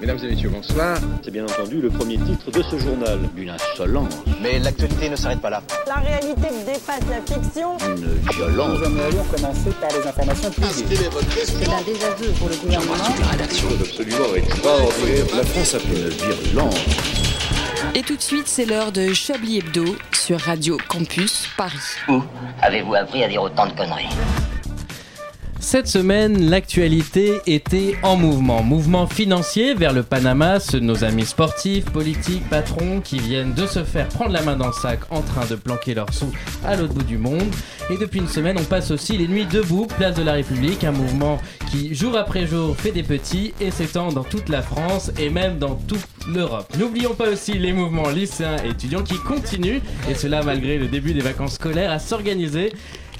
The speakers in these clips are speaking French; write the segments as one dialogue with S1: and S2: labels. S1: Mesdames et messieurs, bonsoir.
S2: C'est bien entendu le premier titre de ce journal.
S3: Une insolence.
S4: Mais l'actualité ne s'arrête pas là.
S5: La réalité dépasse la fiction.
S3: Une violence.
S6: Nous allons commencer par les informations publiques.
S7: C'est un désaveu pour le gouvernement.
S3: J'embrasse toute la rédaction.
S2: Absolument extraordinaire.
S3: La France a fait une violence.
S8: Et tout de suite, c'est l'heure de Chablis Hebdo sur Radio Campus Paris.
S9: Où avez-vous appris à dire autant de conneries
S10: Cette semaine, l'actualité était en mouvement. Mouvement financier vers le Panama, ceux de nos amis sportifs, politiques, patrons qui viennent de se faire prendre la main dans le sac en train de planquer leurs sous à l'autre bout du monde. Et depuis une semaine, on passe aussi les nuits debout, place de la République, un mouvement qui, jour après jour, fait des petits et s'étend dans toute la France et même dans toute l'Europe. N'oublions pas aussi les mouvements lycéens et étudiants qui continuent, et cela malgré le début des vacances scolaires, à s'organiser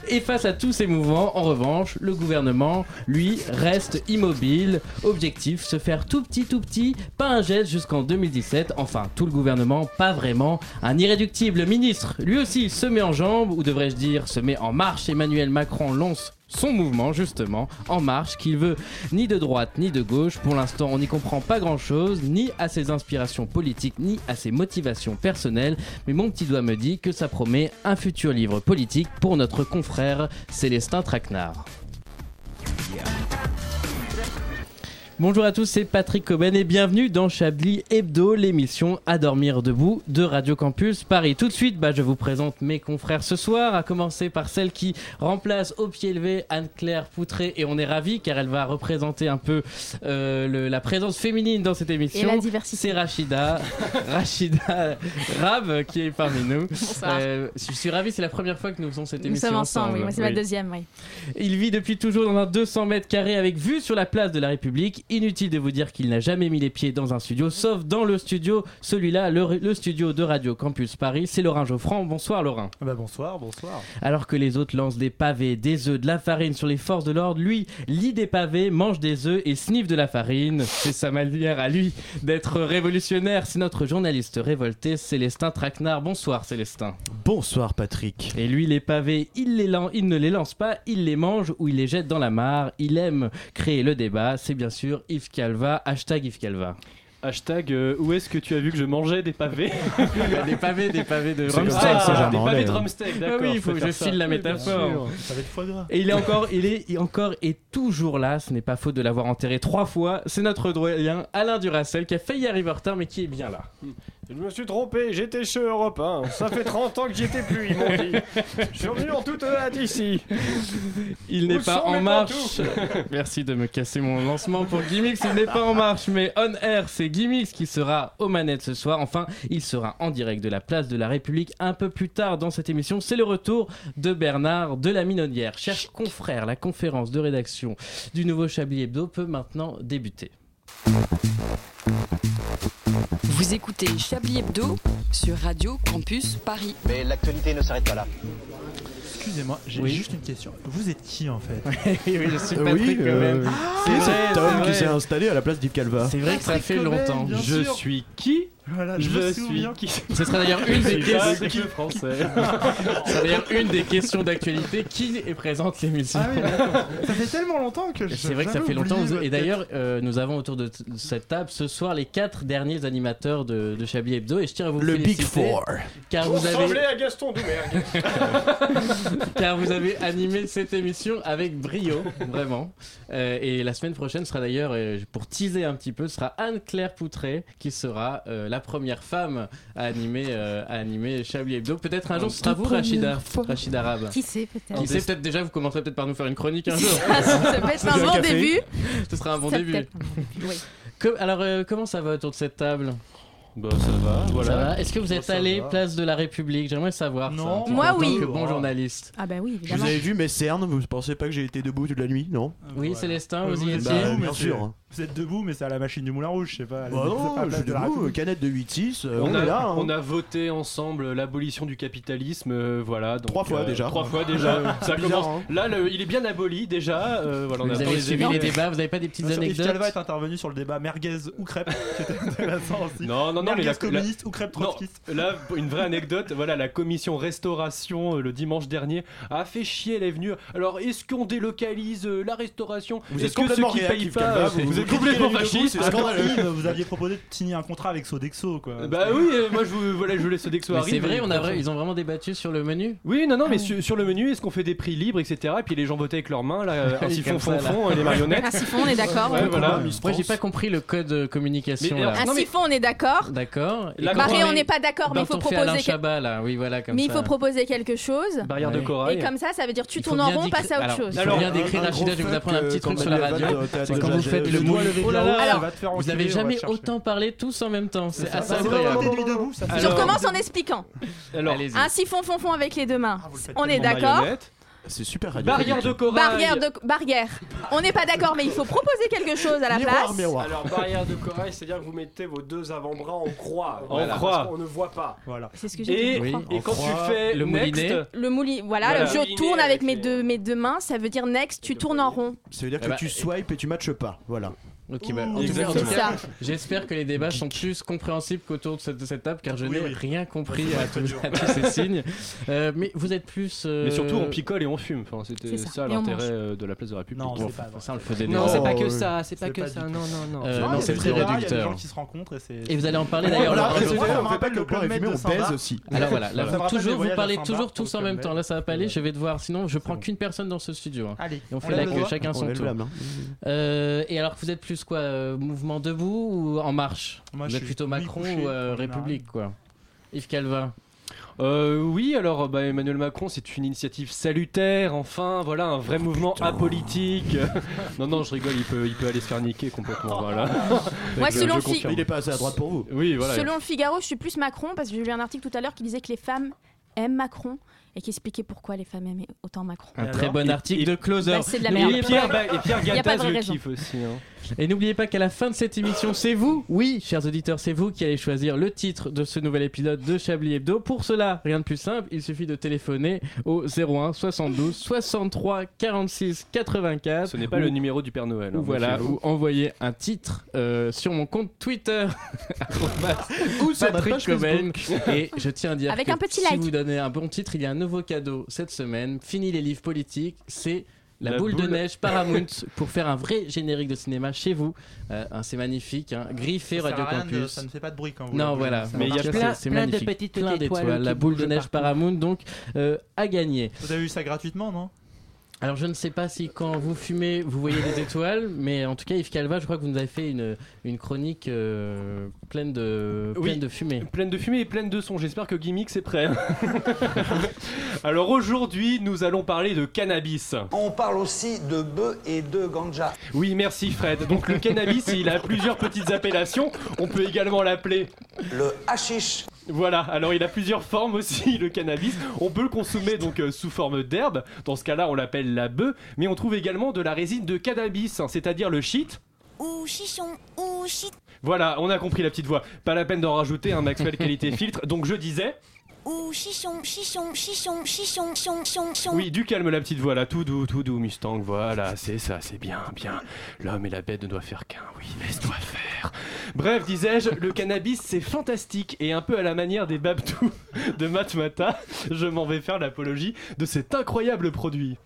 S10: et face à tous ces mouvements, en revanche, le gouvernement, lui, reste immobile. Objectif, se faire tout petit, tout petit, pas un geste jusqu'en 2017. Enfin, tout le gouvernement, pas vraiment. Un irréductible ministre, lui aussi, se met en jambe, ou devrais-je dire, se met en marche. Emmanuel Macron lance son mouvement justement En Marche qu'il veut ni de droite ni de gauche. Pour l'instant, on n'y comprend pas grand-chose, ni à ses inspirations politiques, ni à ses motivations personnelles. Mais mon petit doigt me dit que ça promet un futur livre politique pour notre confrère Célestin Traquenard. Bonjour à tous, c'est Patrick Coben et bienvenue dans Chablis Hebdo, l'émission à dormir debout de Radio Campus Paris. Tout de suite, bah, je vous présente mes confrères ce soir, à commencer par celle qui remplace au pied levé Anne-Claire Poutré et on est ravis car elle va représenter un peu euh, le- la présence féminine dans cette émission.
S7: Et la diversité.
S10: C'est Rachida, Rachida Rab qui est parmi nous.
S7: Bonsoir.
S10: Euh, je suis ravi, c'est la première fois que nous faisons cette
S7: Nous
S10: émission
S7: sommes ensemble, oui, mais c'est ma
S10: Oui.
S7: deuxième, oui.
S10: Il vit depuis toujours dans un 200 mètres carrés avec vue sur la place de la République. Inutile de vous dire qu'il n'a jamais mis les pieds dans un studio, sauf dans le studio, celui-là, le, le studio de Radio Campus Paris. C'est Laurent Geoffran. Bonsoir Laurent.
S6: Ah bah bonsoir, bonsoir.
S10: Alors que les autres lancent des pavés, des œufs, de la farine sur les forces de l'ordre, lui lit des pavés, mange des œufs et sniffe de la farine. C'est sa manière à lui d'être révolutionnaire. C'est notre journaliste révolté, Célestin Traquenard. Bonsoir Célestin.
S11: Bonsoir Patrick.
S10: Et lui, les pavés, il, les lan- il ne les lance pas, il les mange ou il les jette dans la mare. Il aime créer le débat. C'est bien sûr Yves Calva, hashtag Yves Calva.
S12: Hashtag euh, où est-ce que tu as vu que je mangeais des pavés
S10: Ah bah, des pavés, des pavés de
S11: C'est comme
S10: rumsteak.
S11: ça que c'est
S12: Ah,
S11: germain
S12: Des
S11: en
S12: pavés
S11: l'air.
S12: de rumsteak,
S10: Ah
S12: d'accord.
S10: oui, il faut que
S12: faire
S10: je
S12: ça.
S10: file la
S12: Oui, bien
S10: métaphore.
S12: sûr.
S11: Ça va être foie gras.
S10: Et il est encore, il est il est encore et toujours là. Ce n'est pas faute de l'avoir enterré trois fois. C'est notre doyen Alain Duracel qui a failli arriver en retard mais qui est bien là.
S12: Je me suis trompé, j'étais chez Europe 1. Ça fait 30 ans que j'y étais plus, ils m'ont dit. Je suis revenu en toute hâte ici.
S10: Il n'est
S12: Où
S10: pas
S12: sont
S10: en
S12: mes
S10: marche. Merci de me casser mon lancement pour Gimmicks. Il n'est pas en marche, mais on air, c'est Gimmicks qui sera aux manettes ce soir. Enfin, il sera en direct de la place de la République un peu plus tard dans cette émission. C'est le retour de Bernard de la Minonnière. Cher confrère, la conférence de rédaction du nouveau Chablis Hebdo peut maintenant débuter.
S8: Vous écoutez Chablis Hebdo sur Radio Campus Paris.
S4: Mais l'actualité ne s'arrête pas là.
S11: Excusez-moi, j'ai
S10: Oui.
S11: juste une question. Vous êtes qui en fait
S10: oui, je suis
S11: Euh,
S10: Patrick
S11: oui,
S10: quand même.
S11: euh,
S10: C'est vrai,
S11: C'est
S10: c'est
S11: Tom
S10: vrai.
S11: qui s'est installé à la place d'Yves Calva.
S10: C'est vrai que ça fait longtemps.
S12: Je suis qui
S11: Voilà, je, me souviens.
S12: qui
S10: Ce sera d'ailleurs une des
S12: C'est pas
S10: questions.
S12: c'est que français.
S10: C'est d'ailleurs une des questions d'actualité. Qui est présente l'émission
S11: Ah oui,
S6: euh,
S11: d'accord. ça fait tellement longtemps que je.
S10: C'est vrai que ça
S11: j'avais
S10: fait longtemps.
S11: oublié, peut-être.
S10: Et d'ailleurs, euh, nous avons autour de, t- de cette table ce soir les quatre derniers animateurs de, de Chablis Hebdo. Et je tiens à vous
S11: le Big
S10: féliciter,
S11: Four.
S10: Car
S12: Vous
S10: vous,
S12: ressemblez
S10: avez,
S12: à Gaston Doumergue.
S10: car vous avez animé cette émission avec brio, vraiment. Euh, et la semaine prochaine sera d'ailleurs, euh, pour teaser un petit peu, sera Anne-Claire Poutré qui sera euh, la première femme à animer, euh, à animer Chablis Hebdo. Peut-être un jour ce sera vous, Rachida, Rachida Arabe.
S7: Qui sait, peut-être
S10: Qui sait, peut-être déjà, vous commencerez peut-être par nous faire une chronique un jour.
S7: Ça peut être un
S11: Déjà
S7: bon
S11: café.
S7: début.
S10: Ce sera un bon
S7: Ça peut
S10: début.
S7: être un bon début, oui.
S10: Que- alors, euh, comment ça va autour de cette table
S12: Bah ça va,
S10: Ça va Est-ce que vous êtes
S11: ça
S10: allé
S11: va.
S10: place de la République J'aimerais savoir. ça, hein.
S11: Non.
S10: en
S7: Moi,
S10: tant
S7: oui.
S10: que bon journaliste.
S7: Ah bah oui,
S11: Vous
S7: évidemment.
S11: avez vu mes cernes Vous pensez pas que j'ai été debout toute la nuit Non
S10: Oui, Célestin, vous y étiez
S11: Bah, bien sûr.
S6: Vous êtes debout, mais c'est à la machine du Moulin Rouge, je sais pas.
S11: Bah
S6: C'est pas à
S11: non,
S6: la
S11: je
S6: place
S11: suis
S6: de la
S11: debout.
S6: République.
S11: Canette de 8-6, euh, on,
S12: On
S11: est
S12: a,
S11: là. hein.
S12: on a voté ensemble l'abolition du capitalisme, euh, voilà. donc,
S11: Trois fois déjà.
S12: Trois fois déjà. ça
S11: Bizarre,
S12: commence.
S11: hein.
S12: Là, le- il est bien aboli déjà. euh, voilà, on
S10: Vous
S12: attend
S10: avez
S12: les
S10: suivi
S12: événements.
S10: les débats, vous n'avez pas des petites
S6: Bien sûr, Yves
S10: anecdotes
S6: Calva est intervenu sur le débat merguez ou crêpe. C'était intéressant aussi.
S12: Non, non,
S1: non, mais
S6: Merguez
S1: la- la-
S6: communiste ou crêpe
S1: Non,
S6: trotskiste
S1: Là, une vraie anecdote, voilà, la commission restauration euh, le dimanche dernier a fait chier les venus. Alors, est-ce qu'on délocalise euh, la restauration
S11: Vous
S1: Est-ce
S11: êtes complètement
S1: que ceux qui
S11: réactif,
S1: payent pas,
S11: Calva,
S1: euh,
S11: vous-
S1: vous,
S11: vous
S1: êtes
S11: critiquez
S1: complètement
S11: les vidéos,
S1: fasciste
S11: c'est scandaleux.
S6: Yves, vous aviez proposé de signer un contrat avec Sodexo, quoi.
S1: Bah oui, euh, moi je vous, voilà, je vous laisse Sodexo
S10: Mais
S1: arrive.
S10: c'est vrai, on a vrai- ils
S1: ont vraiment débattu sur le menu. Oui, non, non,
S10: Ah.
S1: mais sur, sur le menu, est-ce qu'on fait des prix libres, etc. Et puis les gens votaient avec leurs mains, là, euh, un
S10: Oui,
S1: siphon,
S10: comme
S1: fond,
S10: ça, là.
S1: fond, et les marionnettes.
S7: Un siphon, on est d'accord. hein.
S1: Ouais, voilà.
S10: Moi, j'ai pas compris le code euh, communication.
S1: Mais,
S10: là.
S7: Un siphon, on est d'accord.
S10: D'accord. Et
S7: La
S10: quand
S7: barré, Ah, on
S10: est-
S7: n'est pas d'accord, mais il
S10: quand
S7: faut
S10: on fait Alain
S7: proposer. quel-
S10: Chabat, là, oui, voilà, comme
S7: Mais il
S10: ça.
S7: faut proposer quelque chose.
S1: Barrière
S10: de corail.
S7: Et comme ça, ça veut dire tu
S10: Il faut
S7: tournes en
S10: bien
S7: rond,
S10: décrire-
S7: passe à autre
S10: alors,
S7: chose.
S10: Il faut bien décrire, Rachida, je vais vous apprendre un petit truc sur la radio. C'est quand vous faites le mot. Oh là là, vous n'avez jamais autant parlé tous en même temps. C'est
S6: ça,
S10: assez
S6: ça, ça,
S10: incroyable.
S6: ça, ça, ça, ça, ça, ça,
S7: Je recommence en expliquant.
S1: Alors,
S7: Un siphon fond fond avec les deux
S11: Ah,
S7: mains. On est
S11: tellement
S7: d'accord.
S11: marionnette. C'est super radio.
S1: Barrière de corail.
S7: Barrière de barrière. On n'est pas d'accord, mais il faut proposer quelque chose à la place.
S12: Alors, barrière de corail, c'est-à-dire que vous mettez vos deux avant-bras en croix.
S1: En
S12: Voilà,
S1: croix.
S12: parce qu'on ne voit pas.
S6: Voilà.
S7: C'est ce que j'ai
S1: Et,
S7: dit.
S1: et
S7: en
S1: quand
S7: croix.
S1: tu fais
S10: Le
S1: next,
S12: euh,
S10: moulinet.
S7: Le mouli, voilà,
S1: Voilà.
S7: le- je
S1: Mouliné
S7: tourne avec mes deux, mes deux mains, ça veut dire next, tu tournes en rond.
S11: Ça veut dire
S10: Eh
S11: que
S10: bah,
S11: tu swipes et tu matches pas. Voilà.
S10: Ok, bah,
S11: Ouh,
S10: en tout cas, en
S11: exactement.
S10: tout cas,
S11: C'est ça.
S10: J'espère que les débats sont plus compréhensibles qu'autour de cette, de cette table, car je n'ai
S11: oui.
S10: rien compris
S11: Ouais,
S10: à,
S11: c'est
S10: tous-
S11: dur.
S10: à tous ces signes. Euh, mais vous êtes plus. euh,
S1: Mais surtout, on picole et on fume. Enfin, c'était
S10: C'est
S1: ça,
S10: ça. Et on
S1: l'intérêt
S10: mange.
S1: euh, de la place de la République.
S10: Non, c'est
S1: Enfin,
S10: pas vrai. Ça, on le faisait
S1: Non,
S10: déjà.
S1: c'est pas
S10: Oh,
S1: que
S10: oui.
S1: ça. C'est pas
S6: C'est
S1: que
S6: pas
S1: ça.
S6: du tout
S1: Non,
S6: ça.
S1: non, non.
S10: Euh,
S6: Non,
S10: non,
S6: il y a
S10: c'est
S6: des
S10: très
S6: débats, Il y a des
S10: réducteur.
S6: gens qui se rencontrent et c'est.
S10: Et vous allez en parler
S6: Voilà,
S10: d'ailleurs.
S6: voilà,
S10: dans le-
S6: c'est
S10: dans
S6: vrai,
S10: le-
S6: on fait pas que le plan
S11: fumé,
S6: de
S11: on
S6: Samba.
S11: pèse aussi.
S10: Alors voilà, là,
S6: Ça me rappelle les
S10: toujours, vous
S6: voyages à
S10: parlez
S6: Saint-Barth,
S10: toujours tous
S6: donc,
S10: en même
S6: euh,
S10: temps. Là, ça va pas aller. Je vais devoir. Sinon, je prends qu'une personne dans ce studio. hein.
S6: Allez,
S10: Et on,
S6: on
S10: fait
S6: lève
S10: la
S6: le
S10: queue,
S6: doigt.
S10: chacun
S11: On
S10: son
S11: lève
S10: tour.
S11: la
S6: hein.
S11: main.
S10: Euh, et alors, vous êtes plus quoi euh, Mouvement debout ou en marche
S6: Moi,
S10: Vous
S6: je
S10: êtes
S6: suis
S10: plutôt
S6: ni
S10: Macron
S6: couché,
S10: ou euh,
S6: ni
S10: République, quoi Yves Calva.
S1: Euh, oui, alors bah, Emmanuel Macron, c'est une initiative salutaire, enfin, voilà, un
S11: Oh,
S1: vrai mouvement apolitique. non, non, je rigole, il peut, il peut aller se faire niquer complètement, voilà.
S7: Moi,
S1: Je-
S7: selon
S1: je
S7: Fi-
S1: confirme.
S11: Il est pas assez à droite pour vous.
S1: Oui, voilà.
S7: Selon le Figaro, je suis plus Macron parce que j'ai lu un article tout à l'heure qui disait que les femmes aiment Macron et qui expliquait pourquoi les femmes aimaient autant Macron.
S1: Ah.
S10: Un très bon article de Closer.
S7: Bah, c'est de la
S10: Et
S7: merde.
S10: n'oubliez
S1: Pierre,
S10: pas-
S1: bah, et Pierre
S7: Y a pas
S1: Gattaz
S7: de vraie
S1: le
S7: raison.
S1: kiffe aussi. hein.
S10: Et n'oubliez pas qu'à la fin de cette émission, c'est vous, oui, chers auditeurs, c'est vous qui allez choisir le titre de ce nouvel épisode de Chablis Hebdo. Pour cela, rien de plus simple, il suffit de téléphoner au 01 72 63 46 84.
S1: Ce n'est pas
S10: Ou-
S1: le numéro du Père Noël. hein,
S10: Ou voilà,
S1: monsieur.
S10: ou envoyer un titre euh, sur mon compte Twitter
S11: ou
S1: sur ma
S10: Patrick
S1: page
S10: Cobain.
S1: Facebook.
S10: Et je tiens à dire
S7: Avec
S10: que
S7: un petit
S10: si
S7: like.
S10: vous donnez un bon titre, il y a un nouveau cadeau cette semaine. Fini les livres politiques, c'est la,
S1: La
S10: boule, de
S1: boule.
S10: neige Paramount pour faire un vrai générique de cinéma chez vous. Euh, hein, c'est magnifique, hein. griffé
S6: Ça sert
S10: Radio
S6: à rien de-
S10: Campus.
S6: Ça ne fait pas de bruit quand vous.
S10: Non,
S6: le-
S10: voilà.
S6: ça
S10: En tout
S6: marche.
S10: cas,
S1: plein-
S10: c'est- c'est
S1: plein de
S10: magnifique.
S1: petites
S10: Plein
S1: étoiles
S10: d'étoiles.
S1: qui
S10: La boule de
S1: bougent
S10: neige
S1: partout.
S10: Paramount, donc, euh, à gagner.
S6: Vous avez eu ça gratuitement, non
S10: Alors je ne sais pas si quand vous fumez vous voyez des étoiles, mais en tout cas Yves Calva, je crois que vous nous avez fait une, une chronique euh, pleine, de,
S1: Oui.
S10: pleine de fumée.
S1: Pleine de fumée et pleine de son. J'espère que Gimmick est prêt. Alors aujourd'hui, nous allons parler de cannabis.
S13: On parle aussi de bœufs et de ganja.
S1: Oui, merci Fred. Donc le cannabis, il a plusieurs petites appellations. On peut également l'appeler
S13: Le hashish.
S1: Voilà, alors il a plusieurs formes aussi, le cannabis. On peut le consommer donc euh, sous forme d'herbe, dans ce cas-là on l'appelle la bœuf, mais on trouve également de la résine de cannabis, hein, c'est-à-dire le shit.
S14: Ou chichon, ou shit,
S1: Voilà, on a compris la petite voix. Pas la peine d'en rajouter, un Maxwell qualité filtre. Donc je disais,
S14: ou chichon, chichon, chichon, chichon, chichon, chichon, chichon.
S1: oui, du calme la petite voix là, tout doux, tout doux, Mustang, voilà, c'est ça, c'est bien, bien. L'homme et la bête ne doivent faire qu'un, oui, laisse-toi faire. Bref, disais-je, le cannabis c'est fantastique et un peu à la manière des babtous de Matmata, je m'en vais faire l'apologie de cet incroyable produit.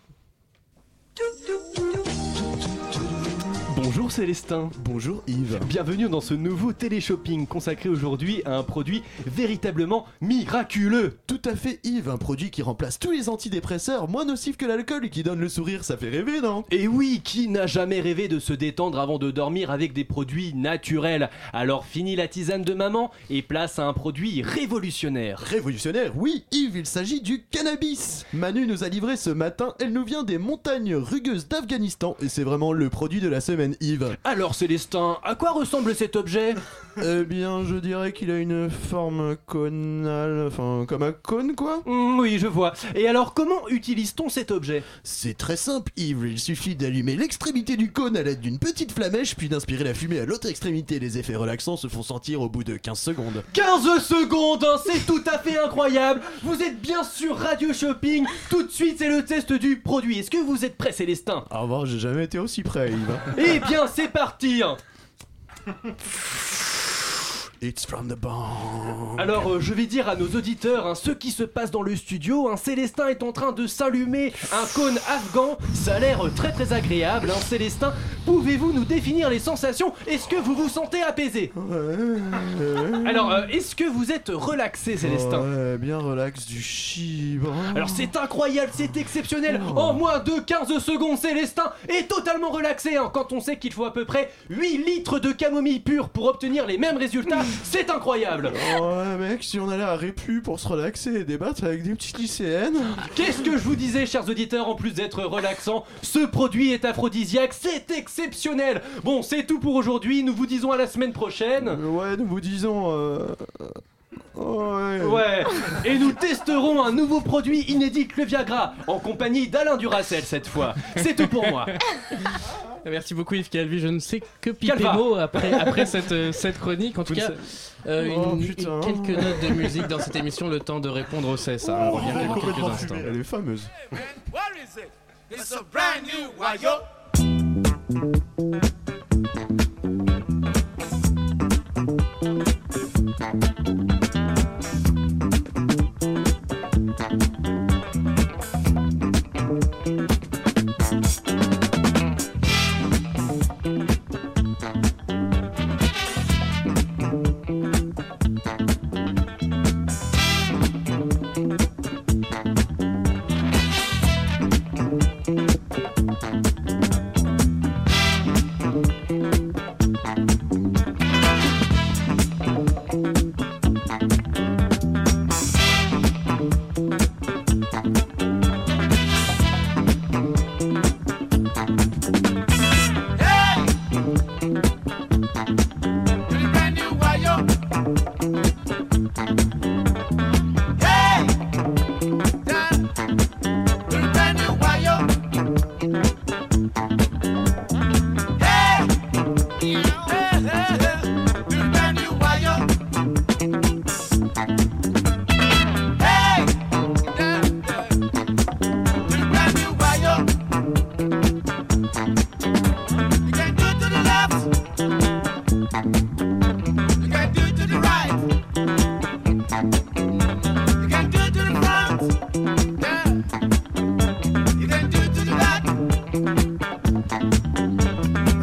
S1: Bonjour Célestin.
S11: Bonjour Yves.
S1: Bienvenue dans ce nouveau télé-shopping consacré aujourd'hui à un produit véritablement miraculeux.
S11: Tout à fait Yves, un produit qui remplace tous les antidépresseurs, moins nocif que l'alcool et qui donne le sourire, ça fait rêver, non
S1: Et oui, qui n'a jamais rêvé de se détendre avant de dormir avec des produits naturels Alors fini la tisane de maman et place à un produit révolutionnaire.
S11: Révolutionnaire, oui, Yves, il s'agit du cannabis. Manu nous a livré ce matin, elle nous vient des montagnes rugueuses d'Afghanistan et c'est vraiment le produit de la semaine, Yves.
S1: Alors Célestin, à quoi ressemble cet objet
S11: eh bien, je dirais qu'il a une forme conale, enfin, comme un cône, quoi.
S1: Hmm, Oui, je vois. Et alors comment utilise-t-on cet objet
S11: C'est très simple, Yves. Il suffit d'allumer l'extrémité du cône à l'aide d'une petite flamèche, puis d'inspirer la fumée à l'autre extrémité. Les effets relaxants se font sentir au bout de 15 secondes.
S1: 15 secondes, hein, c'est tout à fait incroyable. Vous êtes bien sur Radio Shopping. Tout de suite, c'est le test du produit. Est-ce que vous êtes prêt, Célestin
S11: Au revoir, j'ai jamais été
S1: hein.
S11: aussi près, Yves.
S1: Eh bien, c'est parti.
S11: It's from the bank.
S1: Alors, euh, je vais dire à nos auditeurs hein, ce qui se passe dans le studio. Un Célestin est en train de s'allumer un cône afghan. Ça a l'air euh, très très agréable. hein. Célestin, pouvez-vous nous définir les sensations Est-ce que vous vous sentez apaisé Alors, euh, est-ce que vous êtes relaxé, Célestin
S11: Ouais, bien relax du chibre.
S1: alors c'est incroyable, c'est exceptionnel. En moins de 15 secondes, Célestin est totalement relaxé. hein. Quand on sait qu'il faut à peu près 8 litres de camomille pure pour obtenir les mêmes résultats, c'est incroyable.
S11: Ouais, mec, si on allait à Répu pour se relaxer et débattre avec des petites lycéennes.
S1: Qu'est-ce que je vous disais, chers auditeurs, en plus d'être relaxant, ce produit est aphrodisiaque, c'est exceptionnel. Bon, c'est tout pour aujourd'hui, nous vous disons à la semaine prochaine.
S6: Euh,
S11: ouais, nous vous disons...
S6: euh.
S11: Ouais.
S1: Ouais, et nous testerons un nouveau produit inédit, le Viagra, en compagnie d'Alain Duracel cette fois. C'est tout pour moi.
S10: Merci beaucoup Yves Calvi, je ne sais que piper
S1: Ah, Calva.
S10: mot après, après cette, euh, cette chronique. En tout
S1: Vous
S10: cas,
S1: le savez.
S10: euh,
S1: Oh,
S10: une-
S1: putain.
S10: quelques notes de musique dans cette émission, le temps de répondre au CES. hein. On revient dans quelques instants.
S11: Elle est fameuse.
S15: Where is it? It's a brand new Wayo.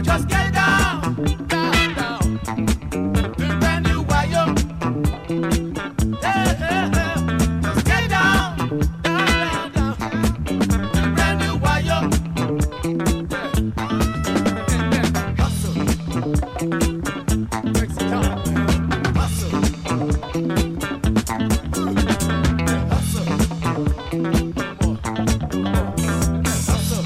S15: Just get down, down, down. The brand new wire. Yeah, yeah, yeah. Just get down, down, down, down. The brand new wire. Yeah. Yeah, yeah. Hustle. Takes time. Hustle. Yeah, hustle. Come on.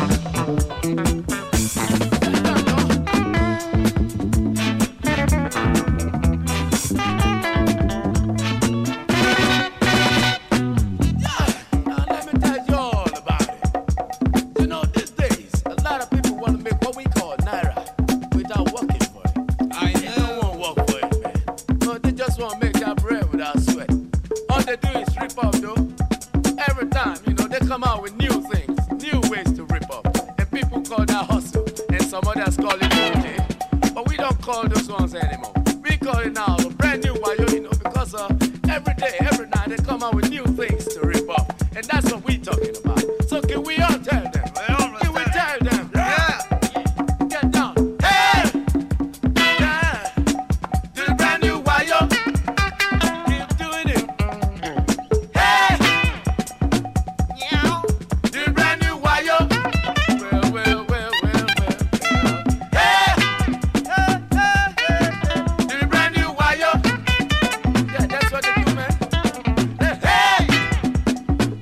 S15: Anymore. We call it now a brand new wire, you know, because uh, every day, every night, they come out with new things to rip off, and that's what we talking about. So can we all tell them? Can we tell them? Yeah. Get down. Hey. Yeah. Do the brand new wire. Keep doing it. Hey. Yeah. Do the brand new wire. Well, well, well, well, well. Hey. Hey, hey, hey. Do the brand new wire. Yeah, that's what they do, man. Hey, hey.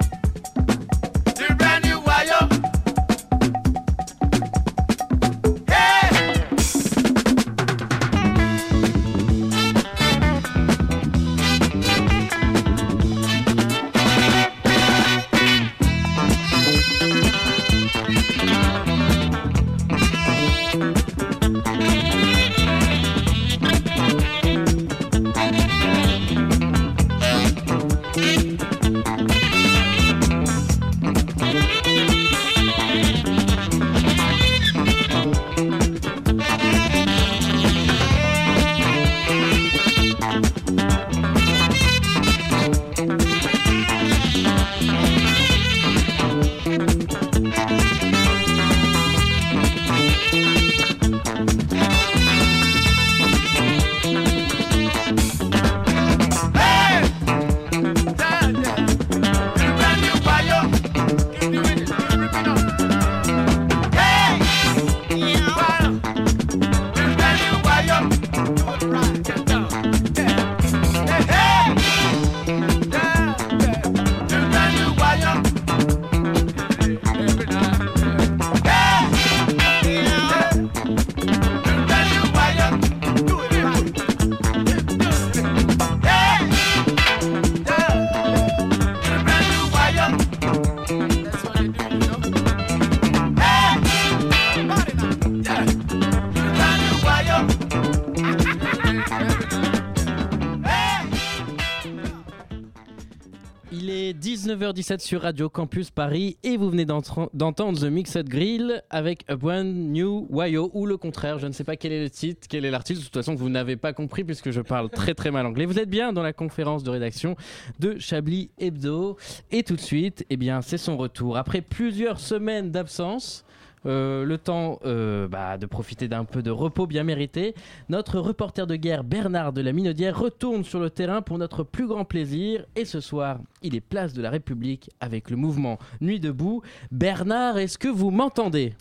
S10: 19h17 sur Radio Campus Paris et vous venez d'entren- d'entendre The Mixed Grill avec A Brand New Wayo ou le contraire. Je ne sais pas quel est le titre, quel est l'artiste. De toute façon, vous n'avez pas compris puisque je parle très très mal anglais. Vous êtes bien dans la conférence de rédaction de Chablis Hebdo et tout de suite, eh bien, c'est son retour après plusieurs semaines d'absence. Euh, le temps euh, bah, de profiter d'un peu de repos bien mérité. Notre reporter de guerre Bernard de la Minaudière retourne sur le terrain pour notre plus grand plaisir. Et ce soir, il est place de la République avec le mouvement Nuit debout. Bernard, est-ce que vous m'entendez